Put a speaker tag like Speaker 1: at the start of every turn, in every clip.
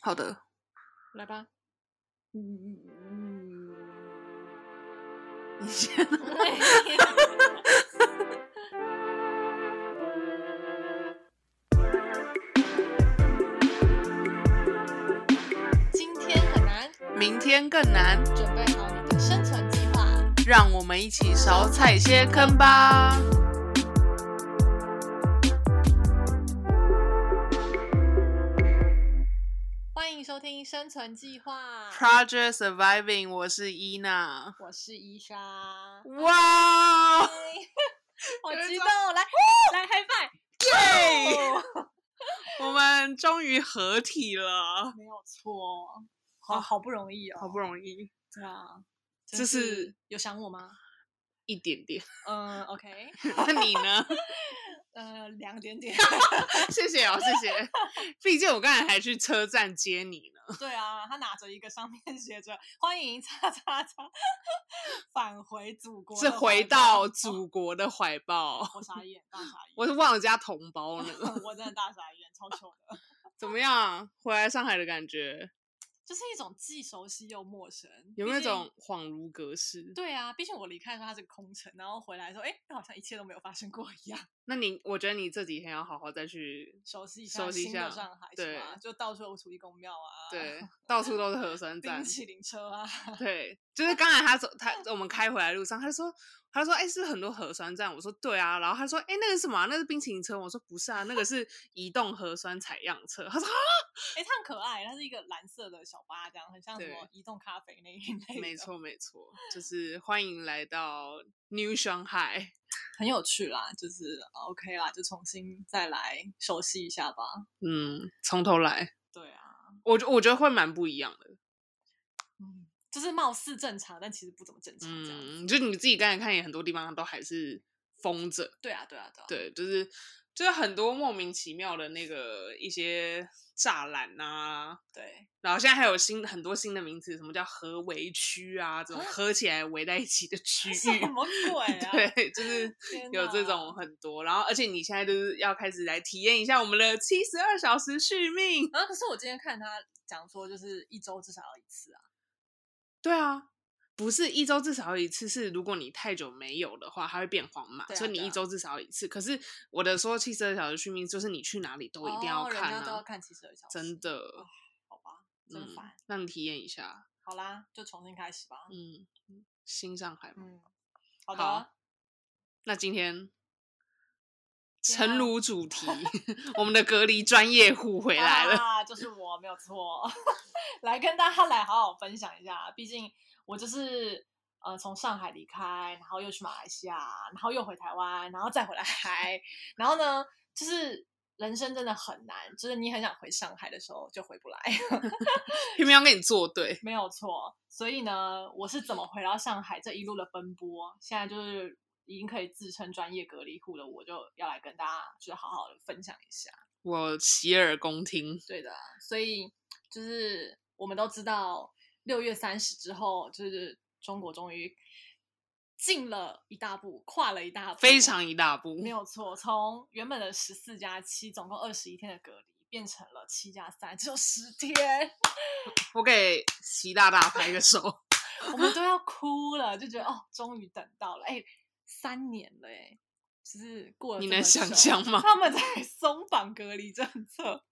Speaker 1: 好的，
Speaker 2: 来吧。
Speaker 1: 嗯嗯嗯， 你先。
Speaker 2: 今天很难，
Speaker 1: 明天更难，
Speaker 2: 准备好你的生存计划。
Speaker 1: 让我们一起少踩些坑吧。
Speaker 2: 欢迎收听《生存计划》，
Speaker 1: Project Surviving，我是伊娜。
Speaker 2: 我是 伊莎。
Speaker 1: 哇哦，
Speaker 2: 嗨 好
Speaker 1: 有人
Speaker 2: 激
Speaker 1: 说
Speaker 2: 动，来来 high five！
Speaker 1: 耶！我们终于合体了，
Speaker 2: 没有错，好好不容易哦，
Speaker 1: 好不容易，
Speaker 2: 对啊。
Speaker 1: 这
Speaker 2: 真
Speaker 1: 是
Speaker 2: 是有想我吗？
Speaker 1: 一点点。
Speaker 2: 嗯，OK，
Speaker 1: 那你呢？
Speaker 2: 呃，两点点。
Speaker 1: 谢谢哦，谢谢。毕竟我刚才还去车站接你呢。
Speaker 2: 对啊，他拿着一个上面 写着“欢迎叉叉叉返回祖国”，
Speaker 1: 是回到祖国的怀抱。
Speaker 2: 哦 我傻眼，大傻眼，
Speaker 1: 我是忘了加同胞呢，
Speaker 2: 我真的大傻眼，超糗的，
Speaker 1: 怎么样？回来上海的感觉
Speaker 2: 就是一种既熟悉又陌生，
Speaker 1: 有
Speaker 2: 毕
Speaker 1: 没有一
Speaker 2: 竟
Speaker 1: 种恍如隔世？
Speaker 2: 对啊，毕竟我离开的时候它是空城，然后回来的时候，哎，好像一切都没有发生过一样。
Speaker 1: 那你，我觉得你这几天要好好再去，
Speaker 2: 熟悉一
Speaker 1: 熟
Speaker 2: 下
Speaker 1: 悉一
Speaker 2: 新的
Speaker 1: 下
Speaker 2: 上海，是
Speaker 1: 对
Speaker 2: 吧？就到处有土地公庙啊，
Speaker 1: 对，到处都是和山
Speaker 2: 冰
Speaker 1: 站，
Speaker 2: 淇淋车啊，
Speaker 1: 对，就是刚才他走，他我们开回来路上，他就说，他就说，哎、是不是很多核酸站？我说对啊，然后他说，哎、那个是什么啊、那是冰淇淋车？我说不是啊，那个是 移动核酸采样车。他说啊，
Speaker 2: 哎，它很可爱，它是一个蓝色的小巴，这样很像什么
Speaker 1: 对
Speaker 2: 移动咖啡那一类的，
Speaker 1: 没错没错，就是欢迎来到 New Shanghai。
Speaker 2: 很有趣啦，就是呃 OK 啦，就重新再来熟悉一下吧。
Speaker 1: 嗯，从头来，
Speaker 2: 对啊，
Speaker 1: 我觉我觉得会蛮不一样的。
Speaker 2: 嗯，就是貌似正常，但其实不怎么正常这样子。
Speaker 1: 嗯，就你自己刚才看，也很多地方都还是封着，
Speaker 2: 对啊，对啊，对啊，
Speaker 1: 对，就是就是很多莫名其妙的那个一些栅栏啊。
Speaker 2: 对
Speaker 1: 然后现在还有新很多新的名词，什么叫合围区啊，这种合起来围在一起的区
Speaker 2: 什
Speaker 1: 域，
Speaker 2: 么鬼啊？
Speaker 1: 对，就是
Speaker 2: 天
Speaker 1: 有这
Speaker 2: 哪
Speaker 1: 种很多。然后而且你现在就是要开始来体验一下我们的七十二小时续命。
Speaker 2: 然后可是我今天看他讲说，就是一周至少要一次啊。
Speaker 1: 对啊，不是一周至少有一次，是如果你太久没有的话，它会变黄码，
Speaker 2: 对啊
Speaker 1: 所以
Speaker 2: 对
Speaker 1: 你
Speaker 2: 啊
Speaker 1: 一周至少有一次。可是我的说七十二小时续命，就是你去哪里都一定要
Speaker 2: 哦人
Speaker 1: 看
Speaker 2: 家都要
Speaker 1: 啊，
Speaker 2: 看七十二小时，
Speaker 1: 真的，
Speaker 2: 好吧，真
Speaker 1: 嗯
Speaker 2: 烦。，
Speaker 1: 让你体验一下，
Speaker 2: 好啦，就重新开始吧。
Speaker 1: 嗯，新上海嘛。
Speaker 2: 嗯，好的，
Speaker 1: 好那今天
Speaker 2: 今天
Speaker 1: 诚
Speaker 2: 要
Speaker 1: 如 主题，我们的隔离专业户回来了。
Speaker 2: 啊，就是我没有错， 来跟大家来好好分享一下，毕竟我就是。呃，从上海离开，然后又去马来西亚，然后又回台湾，然后再回来 然后呢，就是人生真的很难，就是你很想回上海的时候就回不来，
Speaker 1: 偏偏要跟你作对，
Speaker 2: 没有错。所以呢，我是怎么回到上海这一路的奔波，现在就是已经可以自称专业隔离户了，我就要来跟大家就是好好的分享一下。
Speaker 1: 我洗耳恭听。
Speaker 2: 对的啊，所以就是我们都知道，六月三十之后，就是中国终于进了一大步，跨了一大步，
Speaker 1: 非常一大步
Speaker 2: 没，有错。从原本的十四加七，总共二十一天的隔离，变成了七加三，只有十天，
Speaker 1: 我给习大大拍个 手。
Speaker 2: 我们都要哭了，就觉得哦，终于等到了，哎，三年了，哎，就是啊过了，
Speaker 1: 你能想象吗
Speaker 2: 他们在 松绑隔离政策，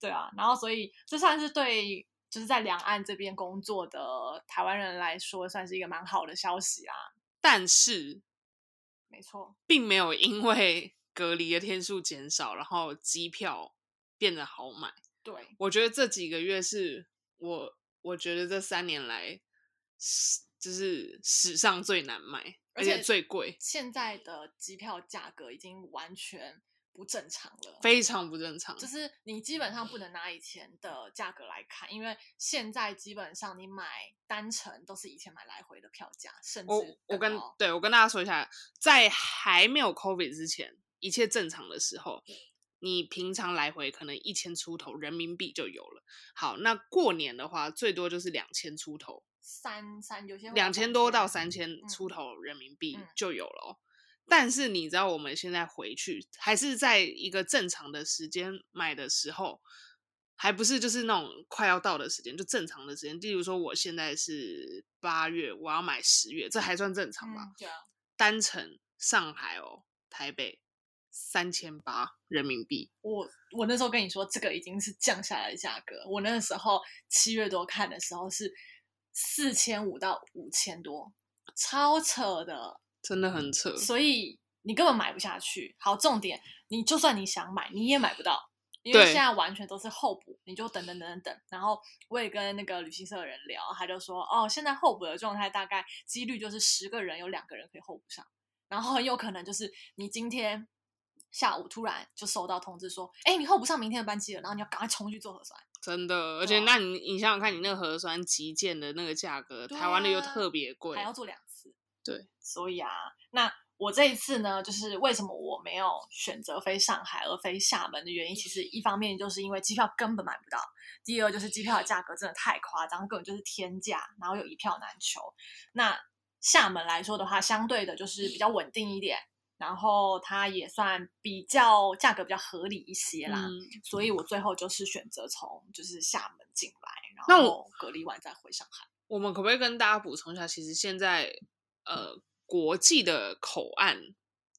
Speaker 2: 对啊，然后所以这算是对就是在两岸这边工作的台湾人来说，算是一个蛮好的消息啊。
Speaker 1: 但是，
Speaker 2: 没错，
Speaker 1: 并没有因为 隔离的天数减少，然后机票变得好买。
Speaker 2: 对，
Speaker 1: 我觉得这几个月是我，我觉得这三年来，史就是史上最难买，
Speaker 2: 而
Speaker 1: 而且
Speaker 2: 且
Speaker 1: 最贵，
Speaker 2: 现在的机票价格已经完全不正常了。
Speaker 1: 非常不正常。
Speaker 2: 就是你基本上不能拿以前的价格来看，因为现在基本上你买单程都是以前买来回的票价，甚至
Speaker 1: 我我
Speaker 2: 更
Speaker 1: 跟
Speaker 2: 高
Speaker 1: 对我跟大家说一下，在还没有 COVID 之前，一切正常的时候，你平常来回可能一千出头人民币就有了。好，那过年的话，最多就是两千出头，
Speaker 2: 三三有些会
Speaker 1: 两千多到
Speaker 2: 三
Speaker 1: 三千
Speaker 2: 嗯
Speaker 1: 出头人民币
Speaker 2: 嗯
Speaker 1: 就有了哦、但是你知道我们现在回去还是在一个正常的时间买的时候，还不是就是那种快要到的时间，就正常的时间。例如说，我现在是八月，我要买十月，这还算正常吧？
Speaker 2: 嗯对啊，
Speaker 1: 单程上海哦，台北三千八人民币，
Speaker 2: 我我那时候跟你说，这个已经是降下来的价格。我那个时候七月多看的时候是四千五到五千多，超扯的。
Speaker 1: 真的很扯。
Speaker 2: 所以你根本买不下去。好，重点，你就算你想买，你也买不到，因为
Speaker 1: 对
Speaker 2: 现在完全都是候补，你就等等等等等。然后我也跟那个旅行社的人聊，他就说，哦，现在候补的状态大概几率就是十个人有两个人可以候补上，然后很有可能就是你今天。下午突然就收到通知说，哎、你候不上明天的班机了，然后你要赶快冲去做核酸。
Speaker 1: 真的，而
Speaker 2: 对
Speaker 1: 且
Speaker 2: 啊
Speaker 1: 那你你想想看，你那个核酸急件的那个价格，
Speaker 2: 对
Speaker 1: 台湾的又
Speaker 2: 啊
Speaker 1: 特别贵
Speaker 2: 还，要做两次。
Speaker 1: 对，
Speaker 2: 所以啊，那我这一次呢，就是为什么我没有选择飞上海而飞厦门的原因，其实一方面就是因为机票根本买不到，第二就是机票的价格真的太夸张，根本就是天价，然后又一票难求。那厦门来说的话，相对的就是比较稳定一点，然后它也算比较价格比较合理一些啦。
Speaker 1: 嗯，
Speaker 2: 所以我最后就是选择从就是厦门进来，
Speaker 1: 那
Speaker 2: 然
Speaker 1: 我
Speaker 2: 后隔离完再回上海。
Speaker 1: 我们可不可以跟大家补充一下？其实现在呃，国际的口岸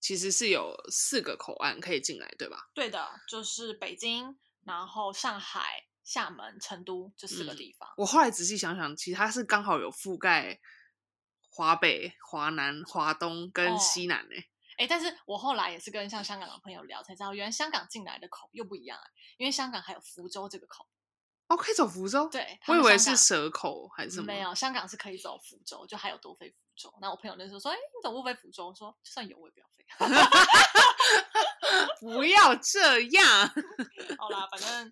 Speaker 1: 其实是有四个口岸可以进来，对吧？
Speaker 2: 对的，就是北京，然后上海、厦门、成都这四个
Speaker 1: 嗯
Speaker 2: 地方。
Speaker 1: 我后来仔细想想，其实它是刚好有覆盖华北、华南、华东跟
Speaker 2: 哦
Speaker 1: 西南诶、
Speaker 2: 哎、但是我后来也是跟像香港的朋友聊才知道，原来香港进来的口又不一样、欸，因为香港还有福州这个口。
Speaker 1: 哦，可以走福州？，
Speaker 2: 对，他
Speaker 1: 我以
Speaker 2: 们
Speaker 1: 为
Speaker 2: 香
Speaker 1: 是
Speaker 2: 港
Speaker 1: 蛇口还是什么？
Speaker 2: 没有，香港是可以走福州，就还有多飞福州。那我朋友那时候说：“哎、你怎么不飞福州？”我说：“就算有，我也不要飞。
Speaker 1: 不要这样。”
Speaker 2: 好啦，反正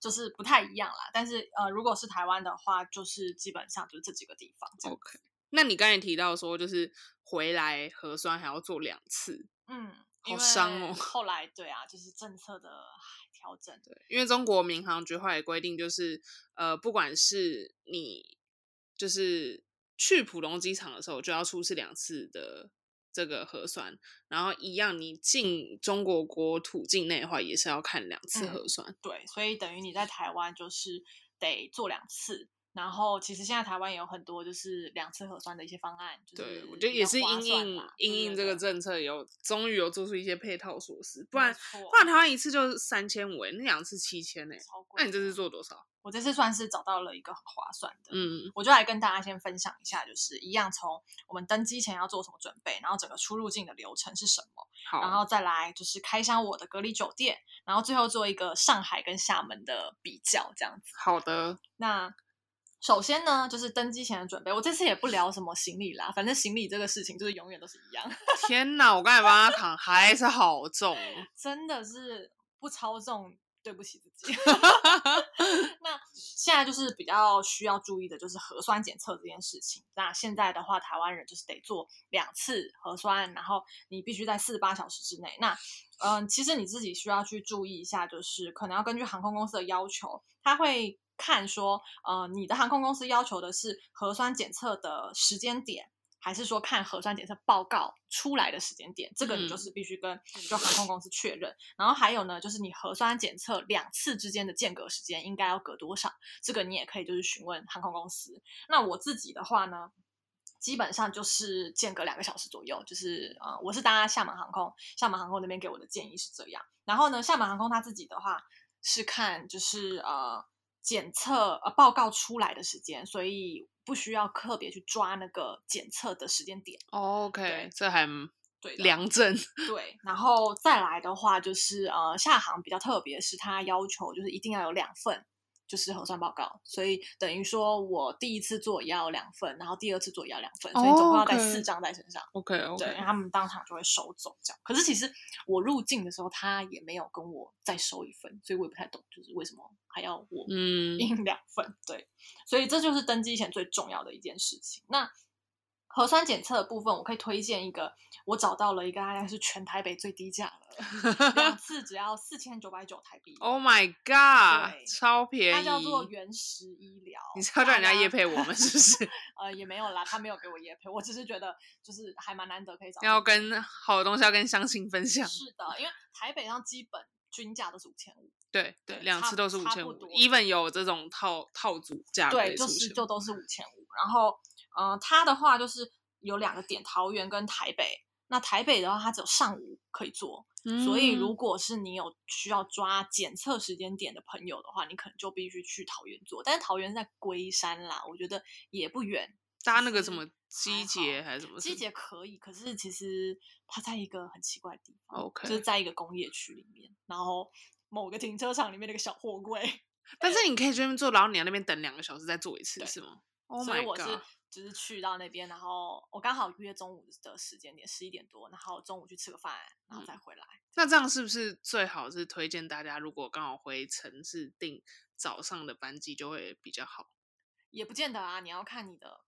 Speaker 2: 就是不太一样啦。但是呃，如果是台湾的话，就是基本上就是这几个地方这样。
Speaker 1: OK，那你刚才提到说，就是回来核酸还要做两次，
Speaker 2: 嗯，
Speaker 1: 好
Speaker 2: 因为
Speaker 1: 伤哦
Speaker 2: 后来对啊，就是政策的唉调整。
Speaker 1: 对，因为中国民航局后来规定，就是呃，不管是你就是去浦东机场的时候，就要出示两次的这个核酸，然后一样，你进中国国土境内的话，也是要看两次
Speaker 2: 嗯
Speaker 1: 核酸。
Speaker 2: 对，所以等于你在台湾就是得做两次。然后其实现在台湾也有很多就是两次核酸的一些方案，就是
Speaker 1: 对，我觉得
Speaker 2: 比
Speaker 1: 也
Speaker 2: 较
Speaker 1: 是
Speaker 2: 嗯划
Speaker 1: 因
Speaker 2: 算
Speaker 1: 应
Speaker 2: 啦
Speaker 1: 因
Speaker 2: 对
Speaker 1: 应
Speaker 2: 对
Speaker 1: 这个
Speaker 2: 对
Speaker 1: 政策有，终于有做出一些配套措施，不
Speaker 2: 没
Speaker 1: 然
Speaker 2: 错
Speaker 1: 不然台湾一次就三千五，欸那两次七千呢？欸
Speaker 2: 超贵。
Speaker 1: 那你这次？做多少？
Speaker 2: 我这次算是找到了一个很划算的。
Speaker 1: 嗯，
Speaker 2: 我就来跟大家先分享一下，就是一样从我们登机前要做什么准备，然后整个出入境的流程是什么，然
Speaker 1: 好，
Speaker 2: 后再来就是开箱我的隔离酒店，然后最后做一个上海跟厦门的比较，这样子。
Speaker 1: 好的，
Speaker 2: 那首先呢，就是登机前的准备。我这次也不聊什么行李啦，反正行李这个事情就是永远都是一样，
Speaker 1: 天哪，我刚才帮他扛，还是好重哦。
Speaker 2: 真的是不超重，对不起自己。 那现在就是比较需要注意的，就是核酸检测这件事情。那现在的话，台湾人就是得做两次核酸，然后你必须在四十八小时之内。那嗯，其实你自己需要去注意一下，就是可能要根据航空公司的要求，他会看说，呃，你的航空公司要求的是核酸检测的时间点。还是说看核酸检测报告出来的时间点，这个你就
Speaker 1: 嗯
Speaker 2: 是必须跟就航空公司确认。然后还有呢，就是你核酸检测两次之间的间隔时间应该要隔多少？这个你也可以就是询问航空公司。那我自己的话呢，基本上就是间隔两个小时左右，就是呃，我是搭厦门航空，厦门航空那边给我的建议是这样。然后呢，厦门航空它自己的话是看就是呃检测呃报告出来的时间，所以不需要特别去抓那个检测的时间点。
Speaker 1: 哦 OK，这还蛮
Speaker 2: 对的，
Speaker 1: 良政。
Speaker 2: 对，然后再来的话就是呃，下行比较特别，是它要求就是一定要有两份，就是核酸报告，所以等于说我第一次做也要两份，然后第二次做也要两份，所以总共要带
Speaker 1: 哦
Speaker 2: 四
Speaker 1: ，OK
Speaker 2: 张在身上。
Speaker 1: OK
Speaker 2: 对，
Speaker 1: OK，
Speaker 2: 他们当场就会收走这样。可是其实我入境的时候，他也没有跟我再收一份，所以我也不太懂，就是为什么还要我
Speaker 1: 嗯，
Speaker 2: 印两份，对，所以这就是登机前最重要的一件事情。那核酸检测的部分，我可以推荐一个，我找到了一个大概是全台北最低价 了，两次只要四千九百九台币。
Speaker 1: Oh my god，
Speaker 2: 对
Speaker 1: 超便
Speaker 2: 它
Speaker 1: 宜！
Speaker 2: 叫做原石医疗，
Speaker 1: 你是要叫人家
Speaker 2: 大
Speaker 1: 夜配我们是不是？
Speaker 2: 呃，也没有啦，他没有给我夜配，我只是觉得就是还蛮难得可以找到
Speaker 1: 要
Speaker 2: 这个
Speaker 1: 跟好的东西要跟相亲分享，
Speaker 2: 是的，因为台北上基本均价都是五千五，
Speaker 1: 对对，
Speaker 2: 对
Speaker 1: 两
Speaker 2: 差
Speaker 1: 次都是五
Speaker 2: 差
Speaker 1: 千
Speaker 2: 不
Speaker 1: 五
Speaker 2: 多
Speaker 1: ，even 有这种套套组价格也
Speaker 2: 对，
Speaker 1: 是
Speaker 2: 就
Speaker 1: 五
Speaker 2: 是
Speaker 1: 千
Speaker 2: 就都是五千五。然后，嗯、呃，它的话就是有两个点，桃园跟台北。那台北的话，它只有上午可以做，
Speaker 1: 五，
Speaker 2: 所以
Speaker 1: 嗯
Speaker 2: 如果是你有需要抓检测时间点的朋友的话，你可能就必须去桃园做。但是桃园在龟山啦，我觉得也不远，
Speaker 1: 搭那个
Speaker 2: 是
Speaker 1: 什么
Speaker 2: 还
Speaker 1: 机
Speaker 2: 好
Speaker 1: 节还是什么
Speaker 2: 季
Speaker 1: 是
Speaker 2: 节可以。可是其实它在一个很奇怪的地方就
Speaker 1: OK，
Speaker 2: 是在一个工业区里面，然后某个停车场里面的一个小货柜。
Speaker 1: 但是你可以去那边做，然后你要那边等两个小时再做一次，
Speaker 2: 对
Speaker 1: 是吗？Oh
Speaker 2: 所
Speaker 1: my
Speaker 2: 以我是
Speaker 1: god！
Speaker 2: 就是去到那边，然后我刚好约中午的时间点，十一点多，然后中午去吃个饭，然后
Speaker 1: 嗯
Speaker 2: 再回来。
Speaker 1: 那这样是不是最好是推荐大家，如果刚好回城市订早上的班机就会比较好？
Speaker 2: 也不见得啊，你要看你的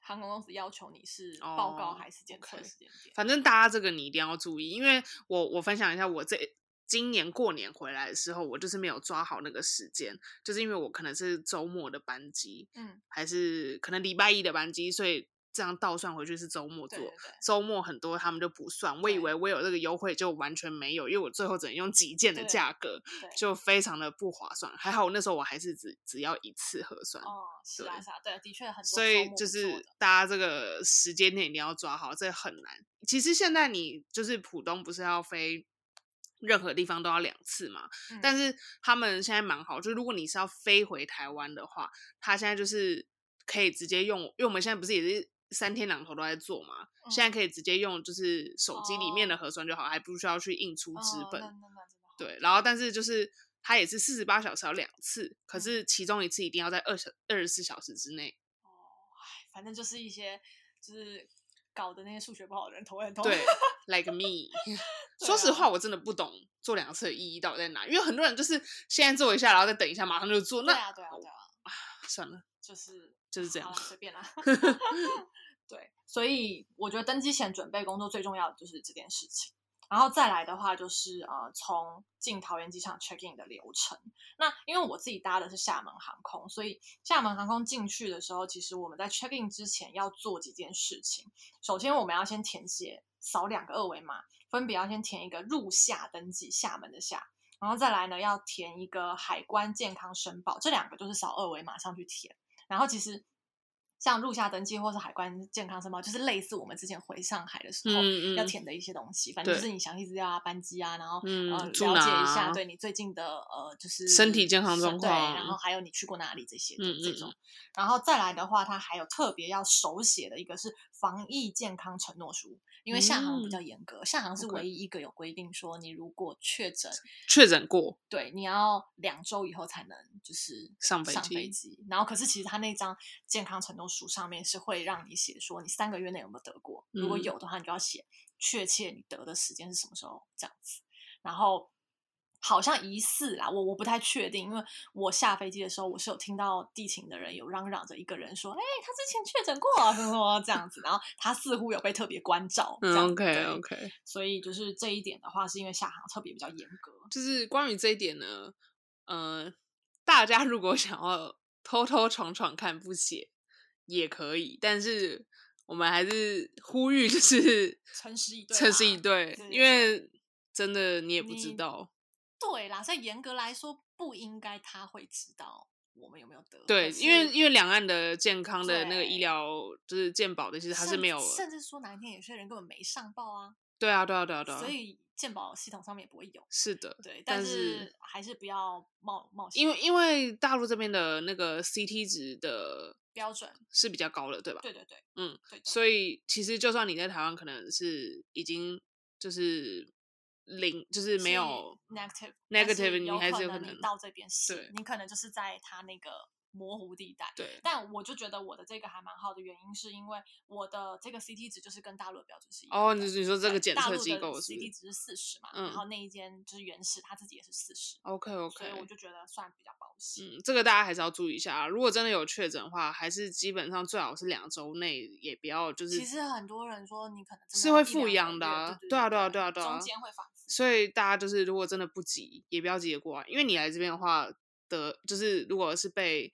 Speaker 2: 航空公司要求你是报告
Speaker 1: 哦
Speaker 2: 还是检测
Speaker 1: ，OK
Speaker 2: 时间点。
Speaker 1: 反正大家这个你一定要注意，因为我我分享一下，我这今年过年回来的时候，我就是没有抓好那个时间，就是因为我可能是周末的班机，
Speaker 2: 嗯，
Speaker 1: 还是可能礼拜一的班机，所以这样倒算回去是周末
Speaker 2: 对
Speaker 1: 做。
Speaker 2: 对对。
Speaker 1: 周末很多他们就不算，我以
Speaker 2: 对
Speaker 1: 为我有这个优惠，就完全没有，因为我最后只能用几件的
Speaker 2: 对
Speaker 1: 价格
Speaker 2: 对，
Speaker 1: 就非常的不划算。还好那时候我还是只只要一次核算，
Speaker 2: 哦，是啊，
Speaker 1: 对
Speaker 2: 是啊，对，的确很多。
Speaker 1: 所以就是大家这个时间点一定要抓好，这很难。其实现在你就是浦东不是要飞任何地方都要两次嘛，
Speaker 2: 嗯
Speaker 1: 但是他们现在蛮好，就如果你是要飞回台湾的话，他现在就是可以直接用，因为我们现在不是也是。三天两头都在做嘛，
Speaker 2: 嗯
Speaker 1: 现在可以直接用就是手机里面的
Speaker 2: 哦
Speaker 1: 核酸就好，还不需要去印出纸
Speaker 2: 哦
Speaker 1: 本。
Speaker 2: 那那那真的好
Speaker 1: 对，然后但是就是它也是四十八小时要两次，
Speaker 2: 嗯
Speaker 1: 可是其中一次一定要在二小二十四小时之内。
Speaker 2: 哦，唉反正就是一些就是搞的那些数学不好的人头很痛。
Speaker 1: 对，like me。说实
Speaker 2: 啊
Speaker 1: 话，我真的不懂做两次的意义到底在哪，因为很多人就是现在做一下，然后再等一下，马上就做。
Speaker 2: 对
Speaker 1: 那
Speaker 2: 啊，对啊，对啊，
Speaker 1: 算了，
Speaker 2: 就是
Speaker 1: 就是这
Speaker 2: 好
Speaker 1: 样
Speaker 2: 啦。随 便啦。对，所以我觉得登机前准备工作最重要的就是这件事情。然后再来的话，就是呃，从进桃园机场 check in 的流程。那因为我自己搭的是厦门航空，所以厦门航空进去的时候，其实我们在 check in 之前要做几件事情。首先，我们要先填写扫两个二维码，分别要先填一个入厦登记，厦门的厦，然后再来呢要填一个海关健康申报，这两个就是扫二维码上去填。然后其实像入厦登记或是海关健康申报，就是类似我们之前回上海的时候、
Speaker 1: 嗯
Speaker 2: 要
Speaker 1: 嗯，
Speaker 2: 填的一些东西，反正就
Speaker 1: 对
Speaker 2: 是你详细资料啊、班机啊，然后、
Speaker 1: 嗯
Speaker 2: 呃了
Speaker 1: 住
Speaker 2: 解一
Speaker 1: 哪
Speaker 2: 下对你最近的呃就是
Speaker 1: 身体健康
Speaker 2: 身
Speaker 1: 状
Speaker 2: 对
Speaker 1: 况
Speaker 2: 然后还有你去过哪里这些的
Speaker 1: 嗯
Speaker 2: 这
Speaker 1: 嗯
Speaker 2: 种。然后再来的话，它还有特别要手写的一个是防疫健康承诺书，因为厦航比
Speaker 1: 嗯
Speaker 2: 较严格，厦航是
Speaker 1: OK
Speaker 2: 唯一一个有规定说你如果确诊，
Speaker 1: 确诊过
Speaker 2: 对，你要两周以后才能就是
Speaker 1: 上飞
Speaker 2: 飞
Speaker 1: 机
Speaker 2: 机。然后，可是其实他那张健康承诺书上面是会让你写说你三个月内有没有得过，如果
Speaker 1: 嗯
Speaker 2: 有的话，你就要写确切你得的时间是什么时候这样子。然后好像疑似啦，我我不太确定，因为我下飞机的时候，我是有听到地勤的人有嚷嚷着一个人说：“哎、他之前确诊过啊，什么什么这样子。”然后他似乎有被特别关照。这
Speaker 1: 嗯
Speaker 2: 样子
Speaker 1: ，OK
Speaker 2: 对
Speaker 1: OK，
Speaker 2: 所以就是这一点的话，是因为下航特别比较严格。
Speaker 1: 就是关于这一点呢，呃，大家如果想要偷偷闯闯看不写也可以，但是我们还是呼吁就是
Speaker 2: 诚实以对
Speaker 1: 诚实以
Speaker 2: 啦
Speaker 1: 对
Speaker 2: 对，对
Speaker 1: 因为真的你也不知
Speaker 2: 你
Speaker 1: 道。
Speaker 2: 对啦，所以严格来说，不应该他会知道我们有没有得。
Speaker 1: 对，
Speaker 2: 可
Speaker 1: 因为
Speaker 2: 是
Speaker 1: 因为两岸的健康的那个
Speaker 2: 对
Speaker 1: 医疗就是健保的，其实它是
Speaker 2: 甚
Speaker 1: 没有
Speaker 2: 甚至说哪一天有些人根本没上报啊，
Speaker 1: 对啊对啊对啊对啊
Speaker 2: 所，以健保系统上面也不会有。
Speaker 1: 是的，
Speaker 2: 对，
Speaker 1: 但
Speaker 2: 但
Speaker 1: 是
Speaker 2: 是还是不要冒冒险，
Speaker 1: 因为因为大陆这边的那个 CT 值的
Speaker 2: 标准，
Speaker 1: 是比较高的，对吧？
Speaker 2: 对对对，
Speaker 1: 嗯
Speaker 2: 对的，
Speaker 1: 所以其实就算你在台湾可能是已经就是零，就是没
Speaker 2: 是
Speaker 1: 有
Speaker 2: negative 但
Speaker 1: negative，你
Speaker 2: 有
Speaker 1: 还是有
Speaker 2: 可
Speaker 1: 可
Speaker 2: 能
Speaker 1: 能
Speaker 2: 你到这边
Speaker 1: 对
Speaker 2: 是，你可能就是在他那个模糊地带。
Speaker 1: 对
Speaker 2: 但我就觉得我的这个还蛮好的原因，是因为我的这个 CT 值就是跟大陆的标准是一样的。
Speaker 1: 哦，你你说这
Speaker 2: 对
Speaker 1: 个检
Speaker 2: 大
Speaker 1: 测
Speaker 2: 陆
Speaker 1: 机
Speaker 2: 的
Speaker 1: 构是
Speaker 2: CT 值是四十嘛，
Speaker 1: 嗯
Speaker 2: 然后那一间就是原始他自己也是四十
Speaker 1: OK
Speaker 2: 所以
Speaker 1: OK，
Speaker 2: 我就觉得算比较保险。
Speaker 1: 嗯，这个大家还是要注意一下啊。如果真的有确诊的话，还是基本上最好是两周内，也不要就是
Speaker 2: 其实很多人说你可能真
Speaker 1: 是
Speaker 2: 要
Speaker 1: 会
Speaker 2: 一
Speaker 1: 复
Speaker 2: 两
Speaker 1: 阳
Speaker 2: 个
Speaker 1: 的
Speaker 2: 月
Speaker 1: 啊
Speaker 2: 对
Speaker 1: 对啊对
Speaker 2: 对
Speaker 1: 啊对啊对啊
Speaker 2: 中间会反复。
Speaker 1: 所以大家就是，如果真的不急，啊也不要急着过来，因为你来这边的话，得就是如果是被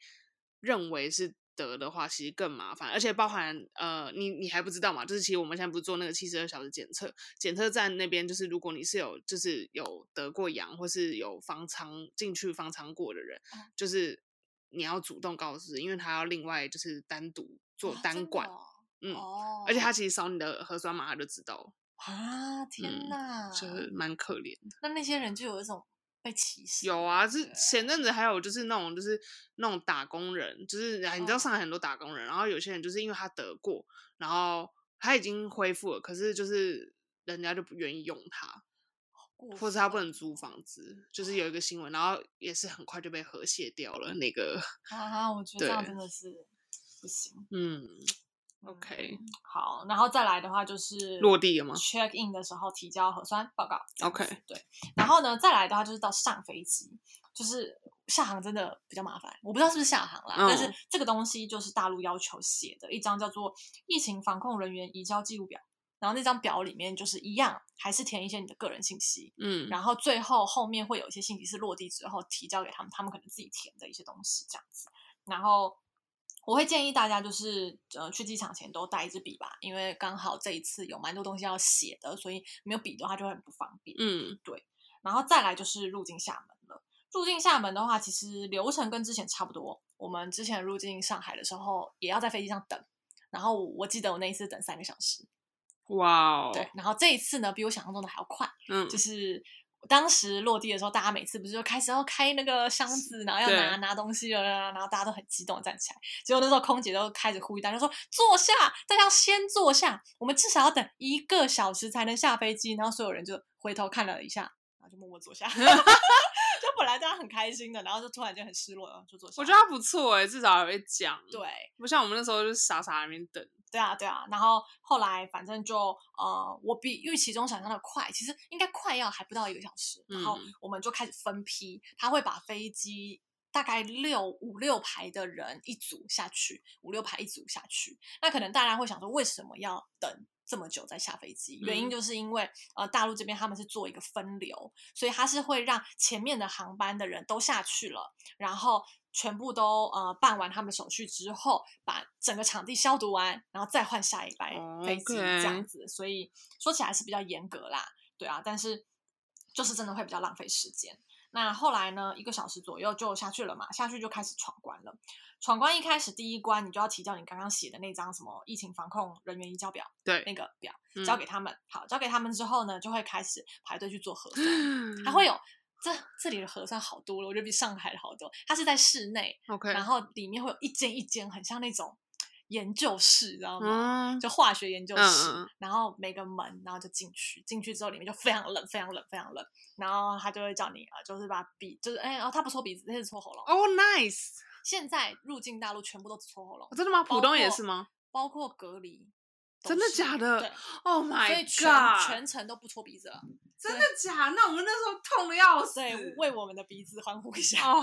Speaker 1: 认为是得的话，其实更麻烦，而且包含呃，你你还不知道嘛，就是其实我们现在不是做那个七十二小时检测，检测站那边就是如果你是有就是有得过阳或是有方舱进去方舱过的人，
Speaker 2: 嗯
Speaker 1: 就是你要主动告知，因为他要另外就是单独做
Speaker 2: 啊
Speaker 1: 单管，
Speaker 2: 真
Speaker 1: 嗯
Speaker 2: 的哦，
Speaker 1: 而且他其实扫你的核酸码他就知道了，
Speaker 2: 啊，
Speaker 1: 嗯
Speaker 2: 天哪，
Speaker 1: 就是蛮可怜。
Speaker 2: 那那些人就有一种被歧视的
Speaker 1: 有
Speaker 2: 感觉。
Speaker 1: 啊，是前阵子还有就是那种就是那种打工人，就是啊你知道
Speaker 2: 嗯
Speaker 1: 上海很多打工人，然后有些人就是因为他得过，然后他已经恢复了，可是就是人家就不愿意用他，
Speaker 2: 过
Speaker 1: 或是他不
Speaker 2: 分
Speaker 1: 能租房子，就是有一个
Speaker 2: 哦
Speaker 1: 新闻，然后也是很快就被和谐掉了那个，
Speaker 2: 啊，我觉得这样
Speaker 1: 对
Speaker 2: 真的是不行。
Speaker 1: 嗯，
Speaker 2: 嗯
Speaker 1: OK
Speaker 2: 好，然后再来的话就是
Speaker 1: 落地了吗
Speaker 2: check in 的时候提交核酸报告。这样
Speaker 1: OK
Speaker 2: 子对，然后呢，再来的话就是到上飞机，就是下航真的比较麻烦，我不知道是不是下航啦，但
Speaker 1: 嗯
Speaker 2: 是这个东西就是大陆要求写的一张叫做疫情防控人员移交记录表，然后那张表里面就是一样，还是填一些你的个人信息，
Speaker 1: 嗯，
Speaker 2: 然后最后后面会有一些信息是落地之后提交给他们，他们可能自己填的一些东西这样子。然后我会建议大家就是呃去机场前都带一支笔吧，因为刚好这一次有蛮多东西要写的，所以没有笔的话就会很不方便。
Speaker 1: 嗯
Speaker 2: 然后再来就是入境厦门了。入境厦门的话，其实流程跟之前差不多。我们之前入境上海的时候，也要在飞机上等。然后我我记得我那一次等三个小时，
Speaker 1: 哇哦，
Speaker 2: 对。然后这一次呢，比我想象中的还要快。
Speaker 1: 嗯
Speaker 2: 就是当时落地的时候，大家每次不是就开始要开那个箱子，然后要
Speaker 1: 对
Speaker 2: 拿拿东西了，啊然后大家都很激动地站起来。结果那时候空姐都开始呼吁大家说：“坐下，大家要先坐下，我们至少要等一个小时才能下飞机。”然后所有人就回头看了一下，然后就默默坐下。 就本来大家很开心的，然后就突然间很失落，然后就坐下。
Speaker 1: 我觉得他不错哎、至少还会讲，，
Speaker 2: 对，
Speaker 1: 不像我们那时候就是傻傻在那边等，
Speaker 2: 对啊，对啊，然后后来反正就呃，我比预期中想象的快，其实应该快要还不到一个小时，然后
Speaker 1: 嗯
Speaker 2: 我们就开始分批，他会把飞机大概六五六排的人一组下去，五六排一组下去。那可能大家会想说，为什么要等这么久再下飞机？原因
Speaker 1: 嗯
Speaker 2: 就是因为呃，大陆这边他们是做一个分流，所以他是会让前面的航班的人都下去了，然后全部都呃办完他们的手续之后，把整个场地消毒完，然后再换下一班飞机这样
Speaker 1: OK
Speaker 2: 子。所以说起来是比较严格啦，对啊，但是就是真的会比较浪费时间。那后来呢，一个小时左右就下去了嘛，下去就开始闯关了。闯关一开始第一关，你就要提交你刚刚写的那张什么疫情防控人员移交表那
Speaker 1: 对，
Speaker 2: 个表，哎
Speaker 1: 嗯
Speaker 2: 交给他们。好，交给他们之后呢，就会开始排队去做核酸。它会有这这里的核酸好多了，我觉得比上海的好多。它是在室内，
Speaker 1: OK，
Speaker 2: 然后里面会有一间一间，很像那种研究室，你知道吗？
Speaker 1: 嗯
Speaker 2: 就化学研究室，
Speaker 1: 嗯嗯嗯
Speaker 2: 然后每个门，然后就进去，进去之后里面就非常冷，非常冷，非常冷。然后他就会叫你啊、呃就是把鼻，就是哎，然、后他不搓鼻子，他是搓喉咙。
Speaker 1: 哦、n i c e
Speaker 2: 现在入境大陆全部都只搓喉咙
Speaker 1: 哦，真的吗？
Speaker 2: 包
Speaker 1: 浦东也
Speaker 2: 括
Speaker 1: 是吗？
Speaker 2: 包括隔离都是。
Speaker 1: 真的假的
Speaker 2: 对
Speaker 1: ？Oh
Speaker 2: 所
Speaker 1: my
Speaker 2: 以全
Speaker 1: god！
Speaker 2: 全程都不搓鼻子了，
Speaker 1: 真的假？那我们那时候痛的要死。
Speaker 2: 对，为我们的鼻子欢呼一下。
Speaker 1: 哦，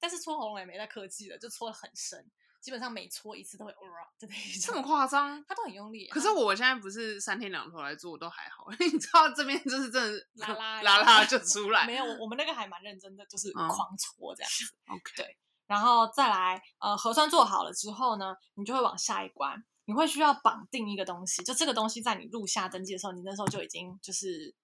Speaker 2: 但是搓喉咙也没在客气的，就搓的很深，基本上每搓一次都会哇的那一
Speaker 1: 这么
Speaker 2: 种。
Speaker 1: 夸张？
Speaker 2: 他都很用力。
Speaker 1: 可是
Speaker 2: 他
Speaker 1: 我现在不是三天两头来做，我都还好。 你知道这边就是真的
Speaker 2: 拉拉
Speaker 1: 拉
Speaker 2: 呀
Speaker 1: 拉就出来。
Speaker 2: 没有，我我们那个还蛮认真的，就是
Speaker 1: 嗯
Speaker 2: 狂搓这样 子。
Speaker 1: OK，
Speaker 2: 然后再来，呃，核酸做好了之后呢，你就会往下一关，你会需要绑定一个东西，就这个东西在你入下登记的时候，你那时候就已经就是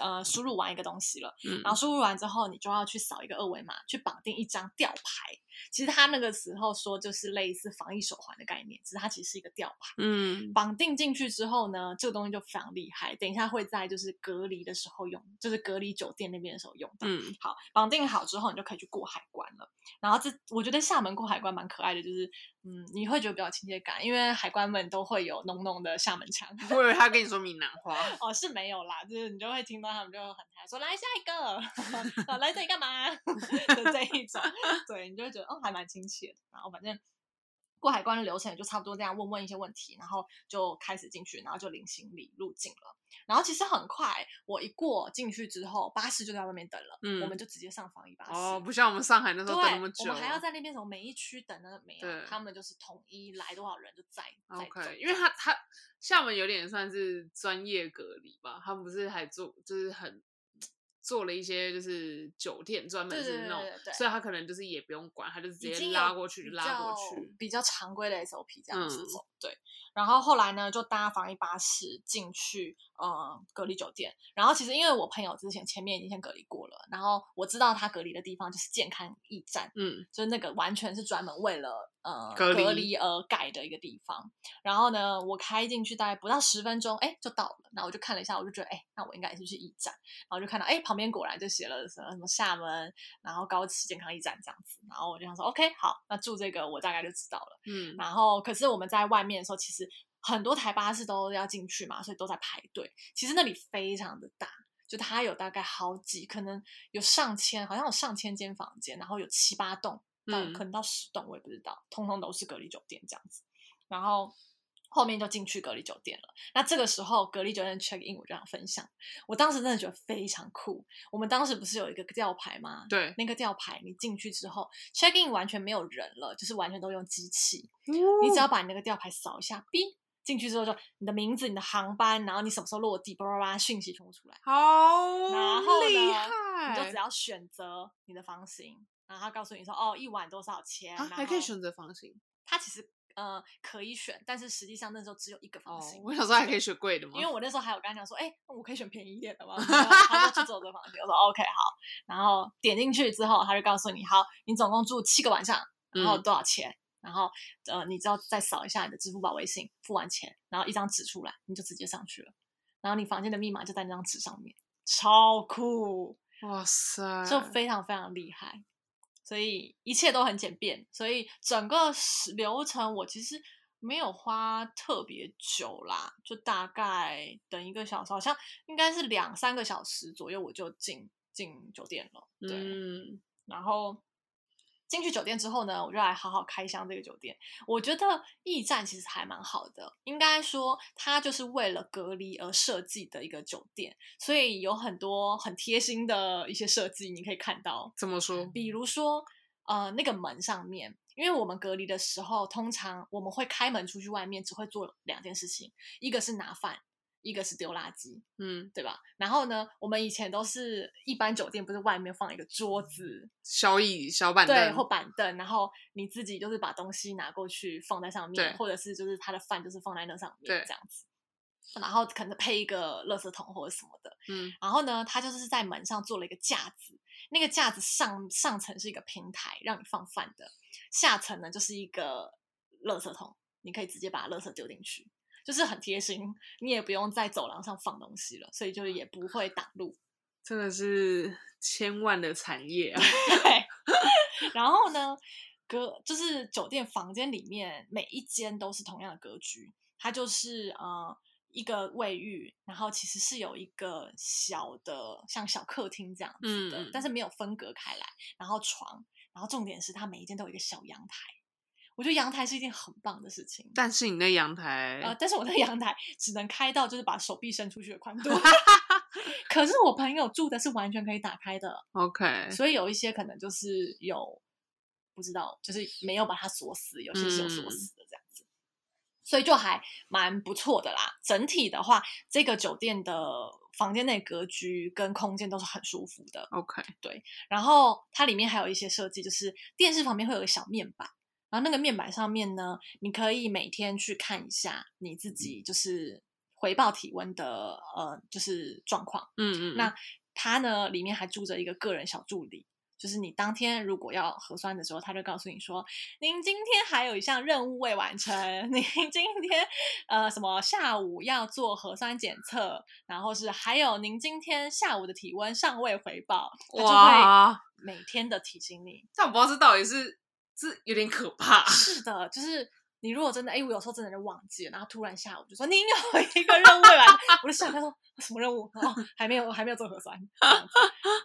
Speaker 2: 呃输入完一个东西了，
Speaker 1: 嗯
Speaker 2: 然后输入完之后，你就要去扫一个二维码，去绑定一张吊牌。其实他那个时候说就是类似防疫手环的概念，只是它其实是一个吊牌。
Speaker 1: 嗯，
Speaker 2: 绑定进去之后呢，这个东西就非常厉害。等一下会在就是隔离的时候用，就是隔离酒店那边的时候用到。
Speaker 1: 嗯，
Speaker 2: 好，绑定好之后，你就可以去过海关了。然后这我觉得厦门过海关蛮可爱的，就是嗯，你会觉得比较有亲切感，因为海关们都会有浓浓的厦门腔。
Speaker 1: 我以为他跟你说闽南话。
Speaker 2: 哦，是没有啦，就是你就会听到他们就很嗨，说来下一个，啊来这里干嘛 的这一种，对，你就会觉得哦，还蛮亲切的。然后反正过海关的流程也就差不多这样，问问一些问题，然后就开始进去，然后就领行李入境了。然后其实很快，我一过进去之后，巴士就在外面等了，我
Speaker 1: 嗯
Speaker 2: 们就直接上防疫巴士。
Speaker 1: 哦，不像我们上海那时
Speaker 2: 对，
Speaker 1: 候等那么久。
Speaker 2: 我们还要在那边什么每一区等那个没有
Speaker 1: 对，
Speaker 2: 他们就是统一来多少人就载载走
Speaker 1: OK，因为他他厦门有点算是专业隔离吧，他不是还做就是很做了一些就是酒店专门
Speaker 2: 对对
Speaker 1: 是
Speaker 2: 对
Speaker 1: 弄
Speaker 2: 对对，对
Speaker 1: 所以他可能就是也不用管，他就直
Speaker 2: 已
Speaker 1: 接
Speaker 2: 经
Speaker 1: 拉
Speaker 2: 有
Speaker 1: 过去
Speaker 2: 比
Speaker 1: 就拉过
Speaker 2: 较
Speaker 1: 去。
Speaker 2: 比较常规的 SOP 这样子
Speaker 1: 嗯
Speaker 2: 走。对，然后后来呢，就搭防疫巴士进去呃隔离酒店。然后其实因为我朋友之前前面已经先隔离过了，然后我知道他隔离的地方就是健康驿站，
Speaker 1: 嗯，
Speaker 2: 就是那个完全是专门为了呃
Speaker 1: 隔离
Speaker 2: 而改的一个地方。然后呢，我开进去大概不到十分钟，哎就到了。然后我就看了一下，我就觉得哎，那我应该也是去驿站。然后就看到哎旁边果然就写了什么什么厦门，然后高崎健康驿站这样子。然后我就想说 OK 好，那住这个我大概就知道了。
Speaker 1: 嗯，
Speaker 2: 然后可是我们在外面的时候，其实很多台巴士都要进去嘛，所以都在排队。其实那里非常的大，就它有大概好几，可能有上千，好像有上千间房间，然后有七八栋，到、
Speaker 1: 嗯
Speaker 2: 可能到十栋，我也不知道，通通都是隔离酒店这样子。然后。后面就进去隔离酒店了。那这个时候隔离酒店 check in，我就想分享。我当时真的觉得非常酷。我们当时不是有一个吊牌吗？
Speaker 1: 对，
Speaker 2: 那个吊牌你进去之后，check in 完全没有人了，就是完全都用机器。 你
Speaker 1: 你
Speaker 2: 只要把你那个吊牌扫一下，哔进去之后就你的名字、你的航班，然后你什么时候落地，叭叭叭，讯息全部出来，然
Speaker 1: 好
Speaker 2: 后呢
Speaker 1: 哦厉
Speaker 2: 你就只
Speaker 1: 害，
Speaker 2: 要选择你的房型，然后他告诉你说哦，一晚多少钱，
Speaker 1: 啊，
Speaker 2: 然
Speaker 1: 还可以
Speaker 2: 后
Speaker 1: 选择房型
Speaker 2: 他其实呃可以选，但是实际上那时候只有一个
Speaker 1: 哦
Speaker 2: 房型。。
Speaker 1: 我想说还可以选贵的吗？
Speaker 2: 因为我那时候还有跟他讲说，哎、我可以选便宜一点的吗？他说去走这房型，我说 OK 好。然后点进去之后，他就告诉你，好，你总共住七个晚上，然后
Speaker 1: 嗯
Speaker 2: 多少钱？然后呃，你只要再扫一下你的支付宝、微信，付完钱，然后一张纸出来，你就直接上去了。然后你房间的密码就在那张纸上面，超酷，
Speaker 1: 哇塞，
Speaker 2: 就非常非常厉害。所以一切都很简便，所以整个时流程我其实没有花特别久啦，就大概等一个小时，好像应该是两三个小时左右我就进进酒店了。对，
Speaker 1: 嗯，
Speaker 2: 然后进去酒店之后呢，我就来好好开箱这个酒店。我觉得驿站其实还蛮好的，应该说它就是为了隔离而设计的一个酒店，所以有很多很贴心的一些设计，你可以看到，
Speaker 1: 怎么说？
Speaker 2: 比如说呃那个门上面。因为我们隔离的时候，通常我们会开门出去外面，只会做两件事情，一个是拿饭，一个是丢垃圾。
Speaker 1: 嗯，
Speaker 2: 对吧？然后呢，我们以前都是一般酒店不是外面放一个桌子，
Speaker 1: 小椅、小板
Speaker 2: 对，
Speaker 1: 凳
Speaker 2: 或板凳，然后你自己就是把东西拿过去放在上
Speaker 1: 对
Speaker 2: 面，或者是就是他的饭就是放在那上面
Speaker 1: 对
Speaker 2: 这样子，然后可能配一个垃圾桶或者什么的。
Speaker 1: 嗯
Speaker 2: 然后呢，他就是在门上做了一个架子，那个架子上上层是一个平台，让你放饭的，下层呢就是一个垃圾桶，你可以直接把垃圾丢进去，就是很贴心，你也不用在走廊上放东西了，所以就是也不会挡路。
Speaker 1: 真的是千万的产业啊！
Speaker 2: 对， 然后呢，隔就是酒店房间里面每一间都是同样的格局，它就是呃一个卫浴，然后其实是有一个小的像小客厅这样子的，
Speaker 1: 嗯
Speaker 2: 但是没有分隔开来，然后床，然后重点是它每一间都有一个小阳台，我觉得阳台是一件很棒的事情。
Speaker 1: 但是你那阳台，
Speaker 2: 呃，但是我那个阳台只能开到就是把手臂伸出去的宽 度，可是我朋友住的是完全可以打开的，
Speaker 1: OK，
Speaker 2: 所以有一些可能就是有不知道，就是没有把它锁死，有些是有锁
Speaker 1: 嗯
Speaker 2: 死的这样子，所以就还蛮不错的啦。整体的话，这个酒店的房间内格局跟空间都是很舒服的。
Speaker 1: OK，
Speaker 2: 然后它里面还有一些设计，就是电视旁边会有个小面板，然后那个面板上面呢，你可以每天去看一下你自己就是回报体温的呃就是状况。
Speaker 1: 嗯嗯，
Speaker 2: 那它呢里面还住着一个个人小助理，就是你当天如果要核酸的时候，他就告诉你说，您今天还有一项任务未完成， 您今天呃什么下午要做核酸检测，然后是还有您今天下午的体温尚未回报，他就会
Speaker 1: 哇，
Speaker 2: 每天的提醒你。
Speaker 1: 但我不知道这到底是是有点可怕，
Speaker 2: 是的，就是。你如果真的，哎、我有时候真的就忘记了，然后突然下午就说您有一个任务未完成，我就想他说啊什么任务？哦，还没有，还没有做核酸，这样子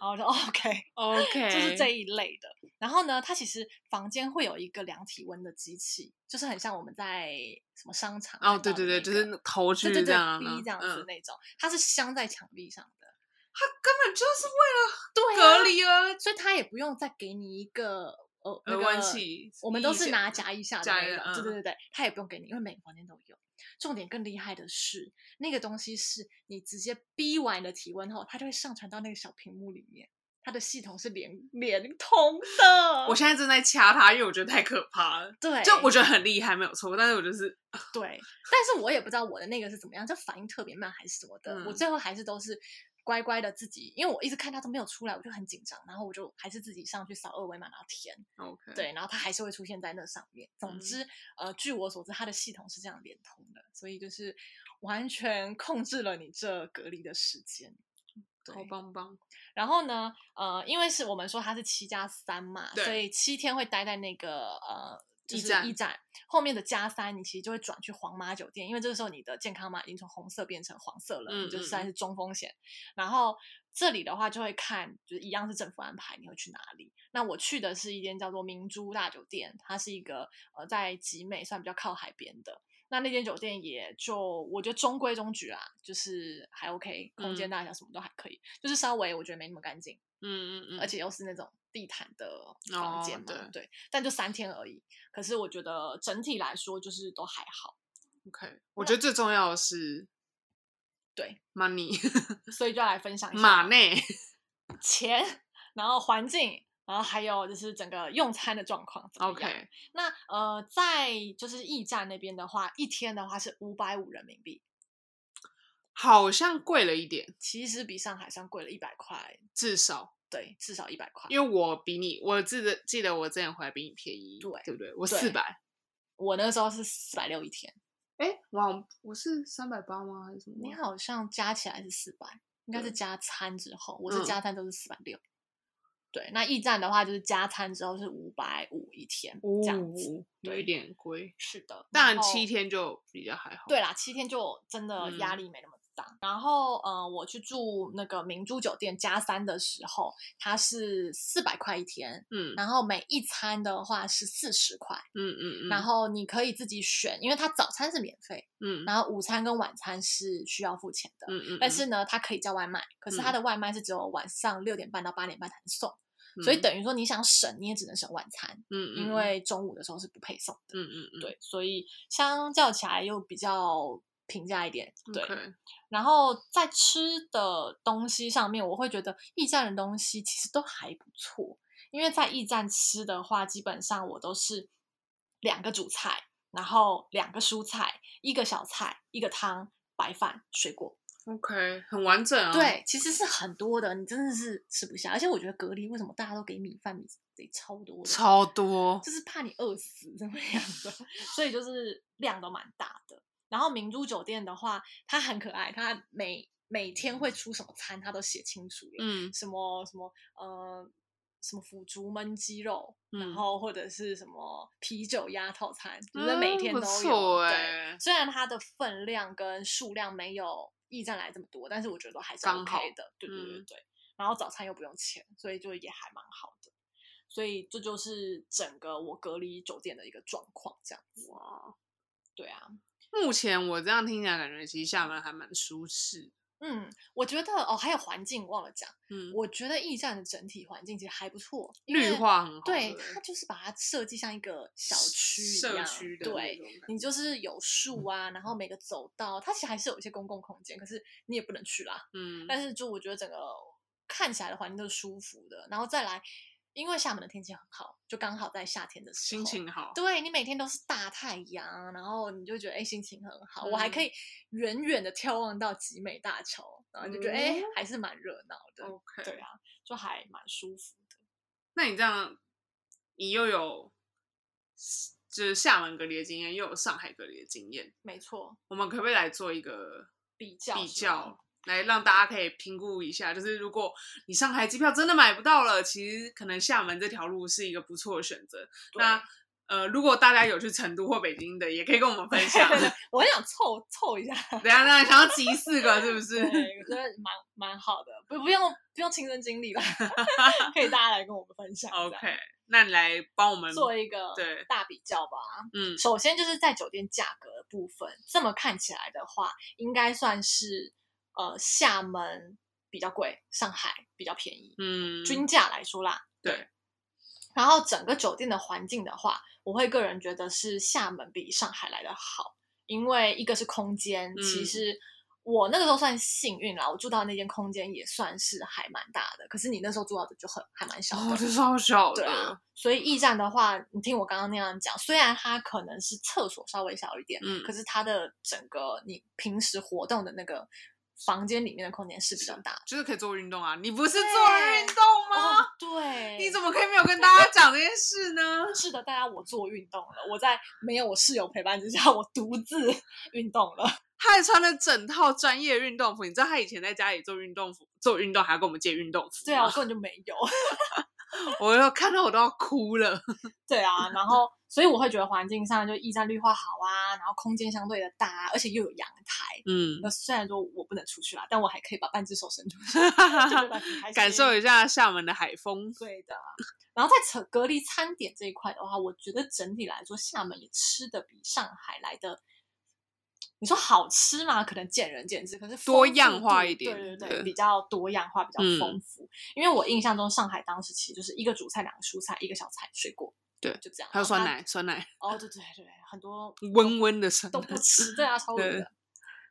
Speaker 2: 然后我就、哦、OK，
Speaker 1: OK，
Speaker 2: 就是这一类的。然后呢，它其实房间会有一个量体温的机器，就是很像我们在什么商场
Speaker 1: 哦，
Speaker 2: 看
Speaker 1: 对
Speaker 2: 到
Speaker 1: 对
Speaker 2: 的
Speaker 1: 对，
Speaker 2: 那
Speaker 1: 就
Speaker 2: 个
Speaker 1: 是头去
Speaker 2: 对对
Speaker 1: 这
Speaker 2: 对
Speaker 1: 样，
Speaker 2: 逼这样子
Speaker 1: 嗯，
Speaker 2: 那种，它是镶在墙壁上的，
Speaker 1: 他根本就是为了
Speaker 2: 对、啊
Speaker 1: 隔，离而
Speaker 2: 所以它也不用再给你一个哦，那
Speaker 1: 耳
Speaker 2: 个
Speaker 1: 湾器，
Speaker 2: 我们都
Speaker 1: 一
Speaker 2: 是
Speaker 1: 线
Speaker 2: 拿
Speaker 1: 的
Speaker 2: 夹一下的
Speaker 1: 夹
Speaker 2: 那
Speaker 1: 一
Speaker 2: 一
Speaker 1: 个
Speaker 2: 种，对
Speaker 1: 嗯
Speaker 2: 对对对，它也不用给你，因为每个房间都有。重点更厉害的是，那个东西是你直接逼完你的体温后，它就会上传到那个小屏幕里面，它的系统是连连通的。
Speaker 1: 我现在正在掐他，因为我觉得太可怕了。
Speaker 2: 对，
Speaker 1: 就我觉得很厉害，没有错，但是我就是
Speaker 2: 对，但是我也不知道我的那个是怎么样，就反应特别慢还是什么的。我
Speaker 1: 嗯
Speaker 2: 最后还是都是乖乖的自己，因为我一直看它都没有出来，我就很紧张，然后我就还是自己上去扫二维码然后填。
Speaker 1: OK，，
Speaker 2: 对，然后它还是会出现在那上面。总
Speaker 1: 嗯
Speaker 2: 之，呃，据我所知，它的系统是这样连通的，所以就是完全控制了你这隔离的时间。对
Speaker 1: 好，棒棒。
Speaker 2: 然后呢，呃，因为是我们说它是七加三嘛，所
Speaker 1: 对
Speaker 2: 以七天会待在那个呃。就
Speaker 1: 驿
Speaker 2: 是
Speaker 1: 站
Speaker 2: 驿站后面的加三，你其实就会转去黄码酒店，因为这个时候你的健康码已经从红色变成黄色了，你就
Speaker 1: 嗯嗯
Speaker 2: 算
Speaker 1: 嗯
Speaker 2: 是中风险。然后这里的话就会看，就是一样是政府安排，你会去哪里。那我去的是一间叫做明珠大酒店，它是一个呃在集美算比较靠海边的。那那间酒店也就我觉得中规中矩啦，就是还 OK，空间
Speaker 1: 嗯
Speaker 2: 大小什么都还可以，就是稍微我觉得没那么干净，
Speaker 1: 嗯嗯嗯，
Speaker 2: 而且又是那种地毯的房间
Speaker 1: 哦
Speaker 2: 嘛，对，但就三天而已。可是我觉得整体来说就是都还好，
Speaker 1: OK，我觉得最重要的是
Speaker 2: 对
Speaker 1: money
Speaker 2: 所以就要来分享一下
Speaker 1: 马内，
Speaker 2: 钱，然后环境，然后还有就是整个用餐的状况怎么样
Speaker 1: OK，
Speaker 2: 那呃，在就是驿站那边的话，一天的话是五百五人民币，
Speaker 1: 好像贵了一点，
Speaker 2: 其实比上海算贵了一百块，
Speaker 1: 至少
Speaker 2: 对，至少一百块。
Speaker 1: 因为我比你，我记得记得我之前回来比你便宜，
Speaker 2: 对
Speaker 1: 对不对？我
Speaker 2: 对
Speaker 1: 四百，
Speaker 2: 我那个时候是四百六一天，
Speaker 1: 哎，我好像我是三百八吗？还是什么？
Speaker 2: 你好像加起来是四百，应该是
Speaker 1: 对
Speaker 2: 加餐之后，我是
Speaker 1: 嗯
Speaker 2: 加餐都是四百六。对，那驿站的话就是加餐之后是五百五一天，这样子。
Speaker 1: 哦有
Speaker 2: 对
Speaker 1: 一点贵，
Speaker 2: 是的，
Speaker 1: 但
Speaker 2: 然后
Speaker 1: 七天就比较还好。
Speaker 2: 对啦，七天就真的压
Speaker 1: 嗯
Speaker 2: 力没那么大。然后，呃，我去住那个明珠酒店加三的时候，它是四百块一天，
Speaker 1: 嗯，
Speaker 2: 然后每一餐的话是四十块，
Speaker 1: 嗯嗯嗯，
Speaker 2: 然后你可以自己选，因为它早餐是免费，
Speaker 1: 嗯
Speaker 2: 然后午餐跟晚餐是需要付钱的。
Speaker 1: 嗯嗯，
Speaker 2: 但
Speaker 1: 嗯
Speaker 2: 是呢，它可以叫外卖，可是它
Speaker 1: 嗯
Speaker 2: 的外卖是只有晚上六点半到八点半才能送，所以
Speaker 1: 嗯
Speaker 2: 等于说你想省，你也只能省晚餐，
Speaker 1: 嗯，
Speaker 2: 因
Speaker 1: 嗯
Speaker 2: 为中午的时候是不配送的。
Speaker 1: 嗯嗯嗯，
Speaker 2: 对，所以相较起来又比较平价一点。
Speaker 1: 嗯
Speaker 2: 对
Speaker 1: OK，
Speaker 2: 然后在吃的东西上面，我会觉得驿站的东西其实都还不错，因为在驿站吃的话，基本上我都是两个主菜，然后两个蔬菜，一个小菜，一个汤，白饭，水果。
Speaker 1: OK，很完整啊。，
Speaker 2: 对，其实是很多的，你真的是吃不下。而且我觉得隔离为什么大家都给米饭，米得超多的，
Speaker 1: 超多。
Speaker 2: 就是怕你饿死 怎么样的，所以就是量都蛮大的。然后明珠酒店的话，它很可爱，它每每天会出什么餐，它都写清楚了，
Speaker 1: 嗯
Speaker 2: 什么什么呃什么腐竹焖鸡肉， 然
Speaker 1: 嗯
Speaker 2: 后或者是什么啤酒鸭套餐，就是
Speaker 1: 嗯
Speaker 2: 每天
Speaker 1: 不
Speaker 2: 都有。
Speaker 1: 错
Speaker 2: 对，
Speaker 1: 哎，
Speaker 2: 虽然它的分量跟数量没有驿站来这么多，但是我觉得都还是
Speaker 1: 刚好
Speaker 2: OK 的。对对对
Speaker 1: 嗯
Speaker 2: 对，然后早餐又不用钱，所以就也还蛮好的。所以这就是整个我隔离酒店的一个状况，这样子。
Speaker 1: 哇！哦
Speaker 2: 对啊，
Speaker 1: 目前我这样听起来，感觉其实厦门还蛮舒适。
Speaker 2: 嗯，我觉得哦，还有环境忘了讲，
Speaker 1: 嗯，
Speaker 2: 我觉得驿站的整体环境其实还不错，因
Speaker 1: 绿
Speaker 2: 为
Speaker 1: 化很好，
Speaker 2: 对，
Speaker 1: 不
Speaker 2: 它就是把它设计像一个小
Speaker 1: 社
Speaker 2: 区一
Speaker 1: 社
Speaker 2: 样，
Speaker 1: 区的那
Speaker 2: 对
Speaker 1: 种感，
Speaker 2: 你就是有树啊，然后每个走道，它其实还是有一些公共空间，可是你也不能去啦。
Speaker 1: 嗯，
Speaker 2: 但是就我觉得整个看起来的环境都是舒服的，然后再来，因为厦门的天气很好，就刚好在夏天的时候，
Speaker 1: 心情好。
Speaker 2: 对你每天都是大太阳，然后你就觉得哎心情很好，我还
Speaker 1: 嗯
Speaker 2: 可以远远的眺望到集美大桥，然后就觉得哎、
Speaker 1: 嗯
Speaker 2: 还是蛮热闹的，对
Speaker 1: OK，
Speaker 2: 啊，就还蛮舒服的。
Speaker 1: 那你这样，你又有就是厦门隔离的经验，又有上海隔离的经验，
Speaker 2: 没错，
Speaker 1: 我们可不可以来做一个
Speaker 2: 比较
Speaker 1: 比
Speaker 2: 是吗
Speaker 1: 较，来让大家可以评估一下，就是如果你上海机票真的买不到了，其实可能厦门这条路是一个不错的选择。
Speaker 2: 对
Speaker 1: 那呃，如果大家有去成都或北京的，也可以跟我 们分享。
Speaker 2: 对对对我很想凑凑一下，
Speaker 1: 等一下，那想要集四个是不
Speaker 2: 对，
Speaker 1: 是？
Speaker 2: 我 觉得蛮蛮好的，不不用不用亲身经历吧， 可以大家来跟我们分享这样
Speaker 1: OK，那你来帮我们
Speaker 2: 做一个
Speaker 1: 对
Speaker 2: 大比较吧。
Speaker 1: 嗯
Speaker 2: 首先就是在酒店价格的部分，这么看起来的话，应该算是呃厦门比较贵，上海比较便宜，
Speaker 1: 嗯
Speaker 2: 均价来说啦。
Speaker 1: 对，
Speaker 2: 然后整个酒店的环境的话，我会个人觉得是厦门比上海来的好，因为一个是空间，其
Speaker 1: 嗯
Speaker 2: 实我那个时候算幸运啦，我住到那间空间也算是还蛮大的，可是你那时候住到的就很还蛮小的，
Speaker 1: 哦，这超小
Speaker 2: 对啊
Speaker 1: 的，，
Speaker 2: 所以驿站的话，你听我刚刚那样讲，虽然它可能是厕所稍微小一点，
Speaker 1: 嗯
Speaker 2: 可是它的整个你平时活动的那个房间里面的空间是比较大的。
Speaker 1: 就是可以做运动啊。你不是做
Speaker 2: 对
Speaker 1: 运动吗？
Speaker 2: 哦，对，
Speaker 1: 你怎么可以没有跟大家讲这件事呢？
Speaker 2: 是的，大家我做运动了，我在没有我室友陪伴之下，我独自 运动了。
Speaker 1: 他还穿了整套专业运动服，你知道他以前在家里做运动服，做运动还要跟我们借运动服。
Speaker 2: 对啊，我，根本就没有。
Speaker 1: 我要看到我都要哭 了。
Speaker 2: 对啊，然后所以我会觉得环境上就驿站绿化好啊，然后空间相对的大，啊而且又有阳台。
Speaker 1: 嗯，
Speaker 2: 那虽然说我不能出去啦，但我还可以把半只手伸出去， 就觉得很开心
Speaker 1: 感受一下厦门的海风。
Speaker 2: 对的。然后在扯隔离餐点这一块的话，我觉得整体来说，厦门也吃的比上海来的，你说好吃嘛，可能见仁见智，可是
Speaker 1: 多
Speaker 2: 丰富
Speaker 1: 样化
Speaker 2: 度
Speaker 1: 一点
Speaker 2: 对对
Speaker 1: 对
Speaker 2: 对，比较多样化，比较
Speaker 1: 嗯
Speaker 2: 丰富。因为我印象中上海当时其实就是一个主菜、两个蔬菜、一个小菜、水果，
Speaker 1: 对
Speaker 2: 就这样。
Speaker 1: 还有
Speaker 2: 然后
Speaker 1: 酸
Speaker 2: 它
Speaker 1: 奶，酸奶
Speaker 2: 哦，对对对，很多
Speaker 1: 温温的酸
Speaker 2: 都
Speaker 1: 奶
Speaker 2: 不。吃，对啊，超
Speaker 1: 对
Speaker 2: 稳的。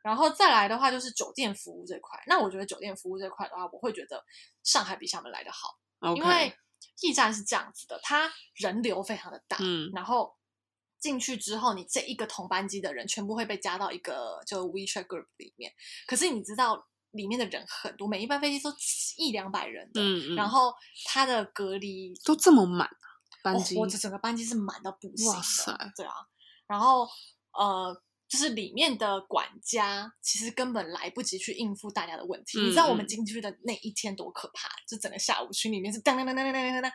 Speaker 2: 然后再来的话就是酒店服务这块，那我觉得酒店服务这块的话，我会觉得上海比厦门来的好。
Speaker 1: OK，
Speaker 2: 因为驿站是这样子的，它人流非常的大，
Speaker 1: 嗯
Speaker 2: 然后进去之后，你这一个同班机的人全部会被加到一个就 WeChat group 里面。可是你知道里面的人很多，每一班飞机都一两百人的，
Speaker 1: 嗯嗯，
Speaker 2: 然后它的隔离
Speaker 1: 都这么满啊，班
Speaker 2: 哦
Speaker 1: 级
Speaker 2: 我这整个班级是满到不行的，
Speaker 1: 哇塞
Speaker 2: 对啊，然后呃，就是里面的管家其实根本来不及去应付大家的问题。你知道我们
Speaker 1: 嗯嗯
Speaker 2: 进去的那一天多可怕？就整个下午群里面是当当当当当当当当，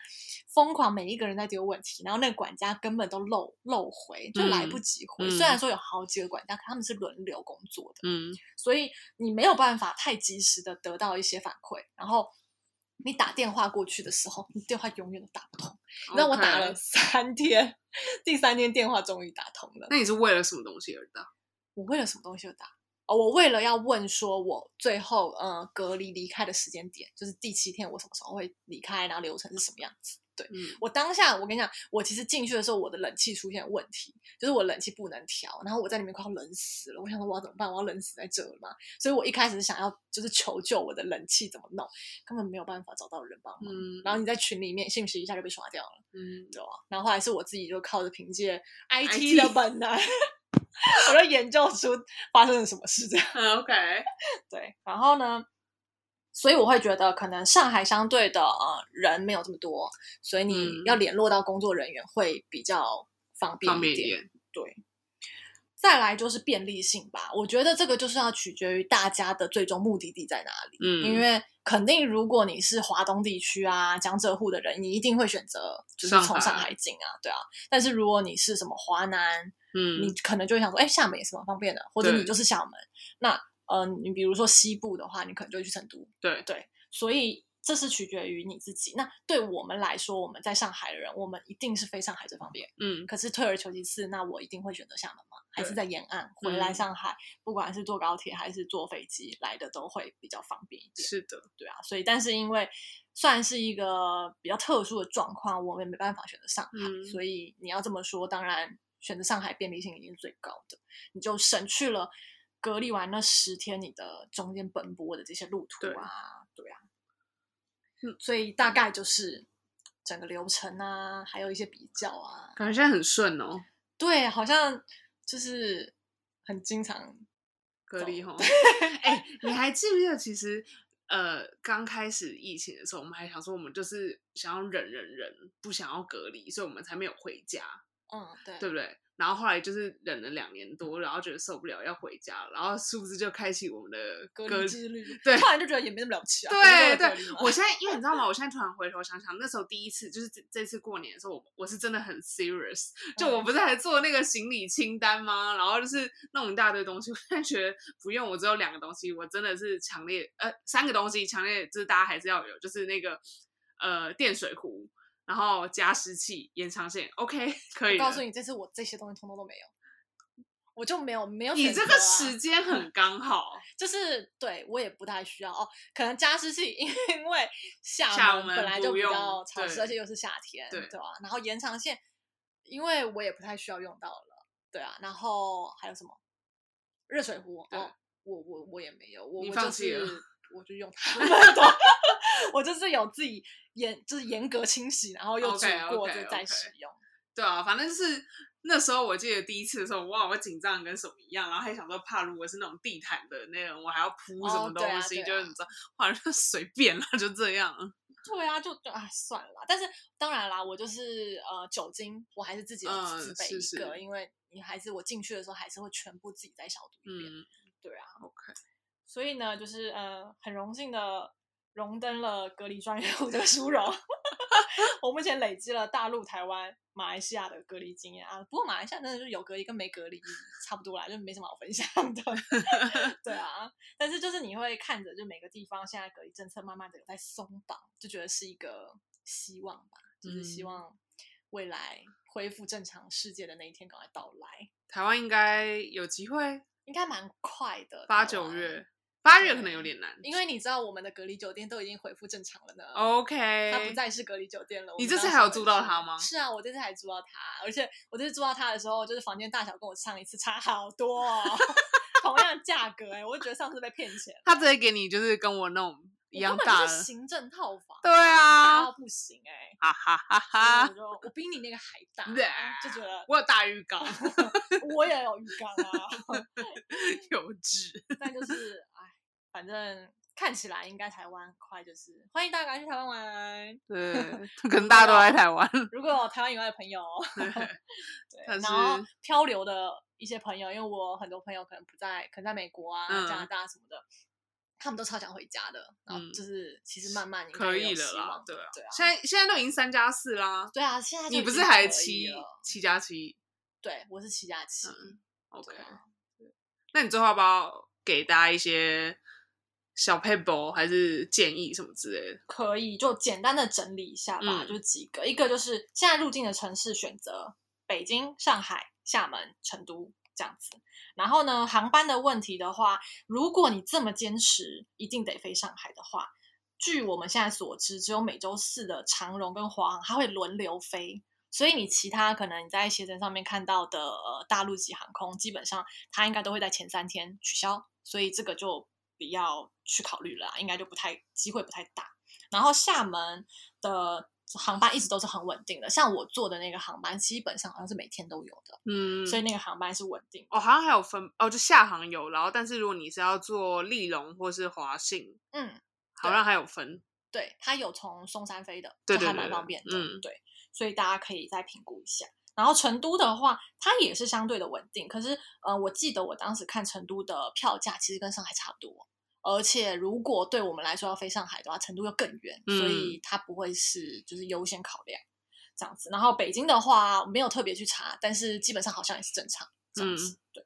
Speaker 2: 疯狂每一个人在丢问题，然后那个管家根本都漏漏回，就来
Speaker 1: 嗯
Speaker 2: 不及回。
Speaker 1: 嗯
Speaker 2: 虽然说有好几个管家，可他们是轮流工作的，
Speaker 1: 嗯
Speaker 2: 所以你没有办法太及时的得到一些反馈，然后。你打电话过去的时候，你电话永远都打不通。你知道我打了
Speaker 1: OK
Speaker 2: 三天，第三天电话终于打通了。
Speaker 1: 那你是为了什么东西而打？
Speaker 2: 我为了什么东西而打？哦，我为了要问说，我最后呃隔离离开的时间点，就是第七天我什么时候会离开，然后流程是什么样子？对
Speaker 1: 嗯
Speaker 2: 我当下，我跟你讲，我其实进去的时候，我的冷气出现问题，就是我冷气不能调，然后我在里面快要冷死了。我想说我要怎么办？我要冷死在这了吗？所以我一开始是想要就是求救我的冷气怎么弄，根本没有办法找到人帮忙。
Speaker 1: 嗯，
Speaker 2: 然后你在群里面信息一下就被刷掉了。
Speaker 1: 嗯，
Speaker 2: 对啊，然后后来是我自己就靠着凭借
Speaker 1: IT
Speaker 2: IT 的本能，我就研究出发生了什么事这样。
Speaker 1: 嗯 OK，
Speaker 2: 对，然后呢，所以我会觉得可能上海相对的呃人没有这么多，所以你
Speaker 1: 嗯
Speaker 2: 要联络到工作人员会比较方便
Speaker 1: 方便
Speaker 2: 一
Speaker 1: 一
Speaker 2: 点。
Speaker 1: 点。
Speaker 2: 对。再来就是便利性吧，我觉得这个就是要取决于大家的最终目的地在哪里。
Speaker 1: 嗯，
Speaker 2: 因为肯定，如果你是华东地区啊、江浙沪的人，你一定会选择就是
Speaker 1: 上
Speaker 2: 从上
Speaker 1: 海
Speaker 2: 海进啊，对啊。但是如果你是什么华南，你
Speaker 1: 嗯
Speaker 2: 可能就会想说，哎、厦门也是蛮方便的，或者
Speaker 1: 对
Speaker 2: 你就是厦门。那呃，你比如说西部的话，你可能就会去成都，
Speaker 1: 对
Speaker 2: 对。所以这是取决于你自己。那对我们来说，我们在上海的人，我们一定是非上海这方面。
Speaker 1: 嗯
Speaker 2: 可是退而求其次，那我一定会选择厦门嘛，还是
Speaker 1: 对
Speaker 2: 在沿岸回来
Speaker 1: 嗯
Speaker 2: 上海，不管是坐高铁还是坐飞机来的，都会比较方便一点。
Speaker 1: 是的，
Speaker 2: 对啊，所以但是因为算是一个比较特殊的状况，我们也没办法选择上海，
Speaker 1: 嗯
Speaker 2: 所以你要这么说，当然选择上海便利性已经是最高的，你就省去了隔离完那十天你的中间奔波的这些路途
Speaker 1: 对
Speaker 2: 啊，对啊，
Speaker 1: 嗯
Speaker 2: 所以大概就是整个流程啊，还有一些比较啊，
Speaker 1: 感觉现在很顺哦，
Speaker 2: 对，好像就是很经常
Speaker 1: 隔
Speaker 2: 走
Speaker 1: 离吼。哎、你还记不记得，其实呃，刚开始疫情的时候，我们还想说，我们就是想要忍忍忍，不想要隔离，所以我们才没有回家，
Speaker 2: 嗯，对，
Speaker 1: 对不对？然后后来就是忍了两年多，然后觉得受不了要回家了，然后是不是就开启我们的
Speaker 2: 隔
Speaker 1: 隔
Speaker 2: 离之旅，
Speaker 1: 对
Speaker 2: 后来就觉得也没那么了不起啊，
Speaker 1: 对
Speaker 2: 不就
Speaker 1: 对
Speaker 2: 是隔离嘛，
Speaker 1: 我现在因为你知道吗？我现在突然回头想想，那时候第一次就是这这次过年的时候，我我是真的很 serious，就我
Speaker 2: 嗯
Speaker 1: 不是还做那个行李清单吗？然后就是弄一大堆东西，我现在觉得不用，我只有两个东西，我真的是强烈呃三个东西强烈就是大家还是要有，就是那个呃电水壶，然后加湿器、延长线，OK 可以
Speaker 2: 我
Speaker 1: 了。
Speaker 2: 告诉你，这次我这些东西通通都没有。我就没有没有
Speaker 1: 你
Speaker 2: 选
Speaker 1: 这
Speaker 2: 择
Speaker 1: 个
Speaker 2: 啊
Speaker 1: 时间很刚好，
Speaker 2: 就是对我也不太需要哦，可能加湿器因为
Speaker 1: 厦
Speaker 2: 厦门
Speaker 1: 门
Speaker 2: 本来就
Speaker 1: 不
Speaker 2: 比
Speaker 1: 用
Speaker 2: 较潮湿，
Speaker 1: 对
Speaker 2: 而且又是夏天，
Speaker 1: 对
Speaker 2: 吧、然后延长线，因为我也不太需要用到了，对啊。然后还有什么热水壶？
Speaker 1: 对
Speaker 2: 哦，我我我也没有，我
Speaker 1: 你
Speaker 2: 我
Speaker 1: 放
Speaker 2: 就
Speaker 1: 弃
Speaker 2: 是
Speaker 1: 了
Speaker 2: 我就用 它们的，我就是有自己严就是严格清洗，然后又煮
Speaker 1: OK，OK，
Speaker 2: 过就再
Speaker 1: OK
Speaker 2: 使用。
Speaker 1: 对啊，反正是那时候我记得第一次的时候，哇，我紧张得跟什么一样，然后还想说怕如果是那种地毯的那种，我还要铺什么
Speaker 2: 哦对啊
Speaker 1: 东西，
Speaker 2: 对啊
Speaker 1: 就是你知道，反正就 随便啦，就这样。
Speaker 2: 对啊，就就啊，算了啦。但是当然啦，我就是呃，酒精我还是自己有
Speaker 1: 嗯
Speaker 2: 自备一
Speaker 1: 是
Speaker 2: 个，
Speaker 1: 是
Speaker 2: 因为你还是我进去的时候还是会全部自己再消毒一遍。
Speaker 1: 嗯，
Speaker 2: 对啊，
Speaker 1: ，OK，
Speaker 2: 所以呢，就是呃，很荣幸的荣登了隔离专业户的殊荣。 我目前累积了大陆、台湾、马来西亚的隔离经验啊，不过马来西亚真的就是有隔离跟没隔离差不多啦，就没什么好分享的。 对啊，但是就是你会看着，就每个地方现在隔离政策慢慢的有在松绑，就觉得是一个希望吧，就是希
Speaker 1: 嗯
Speaker 2: 望未来恢复正常世界的那一天赶快到来，
Speaker 1: 台湾应该有机会，
Speaker 2: 应该蛮快的，
Speaker 1: 八
Speaker 2: 台
Speaker 1: 九
Speaker 2: 湾
Speaker 1: 月，八月可能有点难
Speaker 2: 哦嗯因为你知道我们的隔离酒店都已经恢复正常了呢。，它不
Speaker 1: 哦，OK，
Speaker 2: 再是隔离酒店了。我
Speaker 1: 你
Speaker 2: 们
Speaker 1: 这次
Speaker 2: 当
Speaker 1: 还
Speaker 2: 时
Speaker 1: 有住
Speaker 2: 回
Speaker 1: 到
Speaker 2: 去
Speaker 1: 它吗
Speaker 2: 是啊，我这次还住到它，而且我这次住到它的时候，就是房间大小跟我上一次差好多、哦， 同样的价格哎、我就觉得上次被骗钱，
Speaker 1: 他直接给你就是跟我那种一样
Speaker 2: 我根本
Speaker 1: 大
Speaker 2: 就
Speaker 1: 的
Speaker 2: 是，行政套房，
Speaker 1: 对
Speaker 2: 大
Speaker 1: 啊
Speaker 2: 到，不行哎、
Speaker 1: 哈哈哈
Speaker 2: 啊！
Speaker 1: 哈啊
Speaker 2: 我，就我比你那个还大
Speaker 1: ，Yeah，
Speaker 2: 就 觉得
Speaker 1: 我有大浴 缸，
Speaker 2: 我也有浴缸啊，
Speaker 1: 有志，
Speaker 2: 但就是哎，反正看起来应该台湾很快就是欢迎大家去台湾玩。
Speaker 1: 对，可能大家都在台湾，
Speaker 2: 如果有台湾以外的朋友， 对，
Speaker 1: 但
Speaker 2: 然后
Speaker 1: 是
Speaker 2: 漂流的一些朋友，因为我很多朋友可能不在，可能在美国啊、
Speaker 1: 嗯
Speaker 2: 加拿大什么的，他们都超想回家的。然后
Speaker 1: 嗯
Speaker 2: 就是其实慢慢应该
Speaker 1: 可
Speaker 2: 也有
Speaker 1: 以了
Speaker 2: 希
Speaker 1: 啦
Speaker 2: 望，
Speaker 1: 对啊
Speaker 2: 对啊，
Speaker 1: 现在现在都已经三加四啦，
Speaker 2: 对啊，现在就
Speaker 1: 你
Speaker 2: 已
Speaker 1: 不是
Speaker 2: 经可
Speaker 1: 还
Speaker 2: 以
Speaker 1: 七
Speaker 2: 了
Speaker 1: 七加七
Speaker 2: 对，我是七加七，
Speaker 1: 嗯
Speaker 2: 对
Speaker 1: ？OK，
Speaker 2: 啊
Speaker 1: 那你最后要不要给大家一些小 paper 还是建议什么之类的？
Speaker 2: 可以就简单的整理一下吧，
Speaker 1: 嗯
Speaker 2: 就几个，一个就是现在入境的城市选择北京、上海、厦门、成都这样子。然后呢，航班的问题的话，如果你这么坚持一定得飞上海的话，据我们现在所知，只有每周四的长荣跟华航它会轮流飞。所以你其他可能你在携程上面看到的、呃、大陆级航空，基本上它应该都会在前三天取消，所以这个就不要去考虑了啦，应该就不太机会不太大。然后厦门的航班一直都是很稳定的，像我坐的那个航班，基本上好像是每天都有的，
Speaker 1: 嗯，
Speaker 2: 所以那个航班是稳定的。
Speaker 1: 哦，好像还有分哦，就下行有，然后但是如果你是要做立龙或是华信，
Speaker 2: 嗯，
Speaker 1: 好
Speaker 2: 对
Speaker 1: 像还有分。
Speaker 2: 对，它有从松山飞的，
Speaker 1: 对
Speaker 2: 就还
Speaker 1: 对对
Speaker 2: 蛮
Speaker 1: 对
Speaker 2: 方便的。
Speaker 1: 嗯
Speaker 2: 对，所以大家可以再评估一下。然后成都的话，它也是相对的稳定，可是呃，我记得我当时看成都的票价其实跟上海差不多，而且如果对我们来说要飞上海的话，成都又更远，所以
Speaker 1: 嗯
Speaker 2: 它不会是就是优先考量这样子。然后北京的话，没有特别去查，但是基本上好像也是正常这
Speaker 1: 嗯
Speaker 2: 样子。对，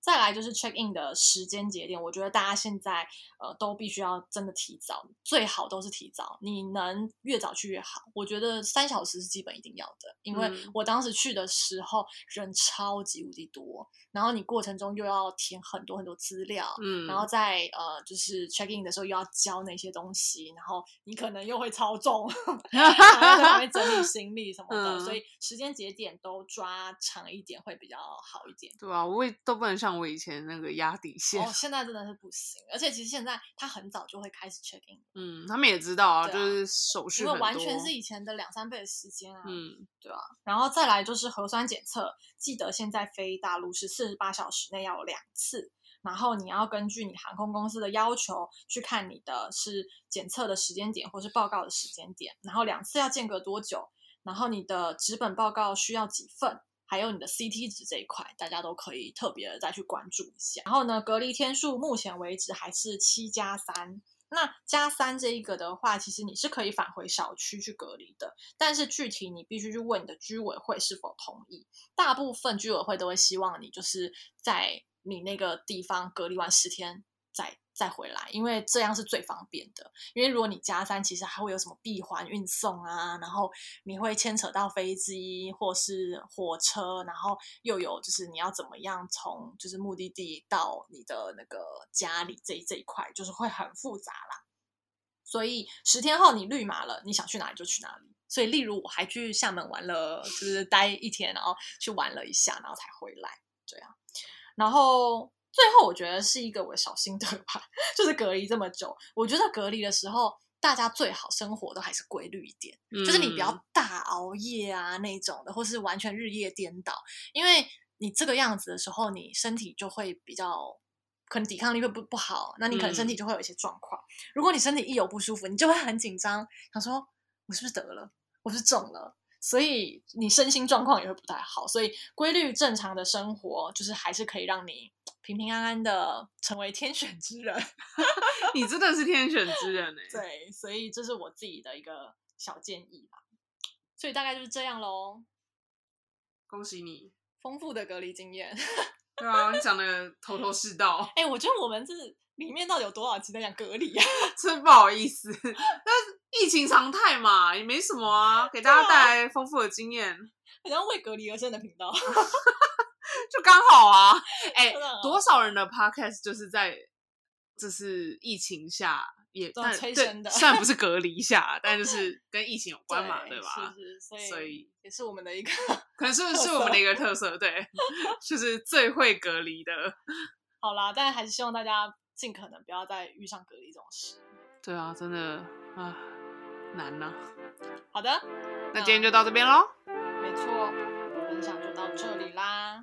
Speaker 2: 再来就是 check in 的时间节点，我觉得大家现在呃都必须要真的提早，最好都是提早，你能越早去越好。我觉得三小时是基本一定要的，因为
Speaker 1: 嗯
Speaker 2: 我当时去的时候人超级无敌多，然后你过程中又要填很多很多资料，
Speaker 1: 嗯，
Speaker 2: 然后在呃就是 check in 的时候又要交那些东西，然后你可能又会超重， 然后在旁边整理行李什么的，
Speaker 1: 嗯
Speaker 2: 所以时间节点都抓长一点会比较好一点。
Speaker 1: 对啊，我也都不能像我以前那个压底线。
Speaker 2: 哦，现在真的是不行，而且其实现在他很早就会开始 check in，
Speaker 1: 嗯，他们也知道啊，
Speaker 2: 对啊
Speaker 1: 就是手续
Speaker 2: 因为
Speaker 1: 很
Speaker 2: 完全
Speaker 1: 多
Speaker 2: 是以前的两三倍的时间啊。
Speaker 1: 嗯
Speaker 2: 然后再来就是核酸检测，记得现在飞大陆是四十八小时内要有两次，然后你要根据你航空公司的要求去看你的是检测的时间点或是报告的时间点，然后两次要间隔多久，然后你的纸本报告需要几份。还有你的 CT 值这一块，大家都可以特别的再去关注一下。然后呢，隔离天数目前为止还是七加三。那加三这一个的话，其实你是可以返回小区去隔离的，但是具体你必须去问你的居委会是否同意。大部分居委会都会希望你就是在你那个地方隔离完十天再再回来，因为这样是最方便的。因为如果你加三，其实还会有什么闭环运送啊，然后你会牵扯到飞机或是火车，然后又有就是你要怎么样从就是目的地到你的那个家里这一这一块，就是会很复杂啦。所以十天后你绿码了，你想去哪里就去哪里。所以，例如我还去厦门玩了，就是待一天，然后去玩了一下，然后才回来，这样。然后最后我觉得是一个我的小心得吧， 就是隔离这么久，我觉得隔离的时候，大家最好生活都还是规律一点，就是你不
Speaker 1: 嗯
Speaker 2: 要大熬夜啊那种的，或是完全日夜颠倒，因为你这个样子的时候，你身体就会比较。可能抵抗力会不不好，那你可能身体就会有一些状况。如果你身体一有不舒服，你就会很紧张，想说我是不是得了？我是中了，所以你身心状况也会不太好。所以规律正常的生活，就是还是可以让你平平安安的成为天选之人。
Speaker 1: 你真的是天选之人哎、
Speaker 2: 对，所以这是我自己的一个小建议啦。所以大概就是这样喽，
Speaker 1: 恭喜你！
Speaker 2: 丰富的隔离经验。
Speaker 1: 对啊，你讲的头头是道，
Speaker 2: 哎、我觉得我们这里面到底有多少集在讲隔离啊？
Speaker 1: 真不好意思。但是疫情常态嘛，也没什么啊，给大家带来丰富的经验，
Speaker 2: 好像为隔离而生的频道。
Speaker 1: 就刚好 啊。哎、
Speaker 2: 真的哦很好
Speaker 1: 多少人的 podcast 就是在就是疫情下也
Speaker 2: 种
Speaker 1: 但
Speaker 2: 催
Speaker 1: 对，
Speaker 2: 生的
Speaker 1: 虽然不是隔离下，但就是跟疫情有关嘛，对吧？
Speaker 2: 是是，所以
Speaker 1: 所以
Speaker 2: 也是我们的一个
Speaker 1: 可能是
Speaker 2: 特
Speaker 1: 是我们
Speaker 2: 色
Speaker 1: 的一个特色，对， 就是最会隔离的。
Speaker 2: 好啦，但还是希望大家尽可能不要再遇上隔离这种事。
Speaker 1: 对啊，真的啊，难啊呐、
Speaker 2: 好的，
Speaker 1: 那今天就到这边喽。
Speaker 2: 没错，分享就到这里啦。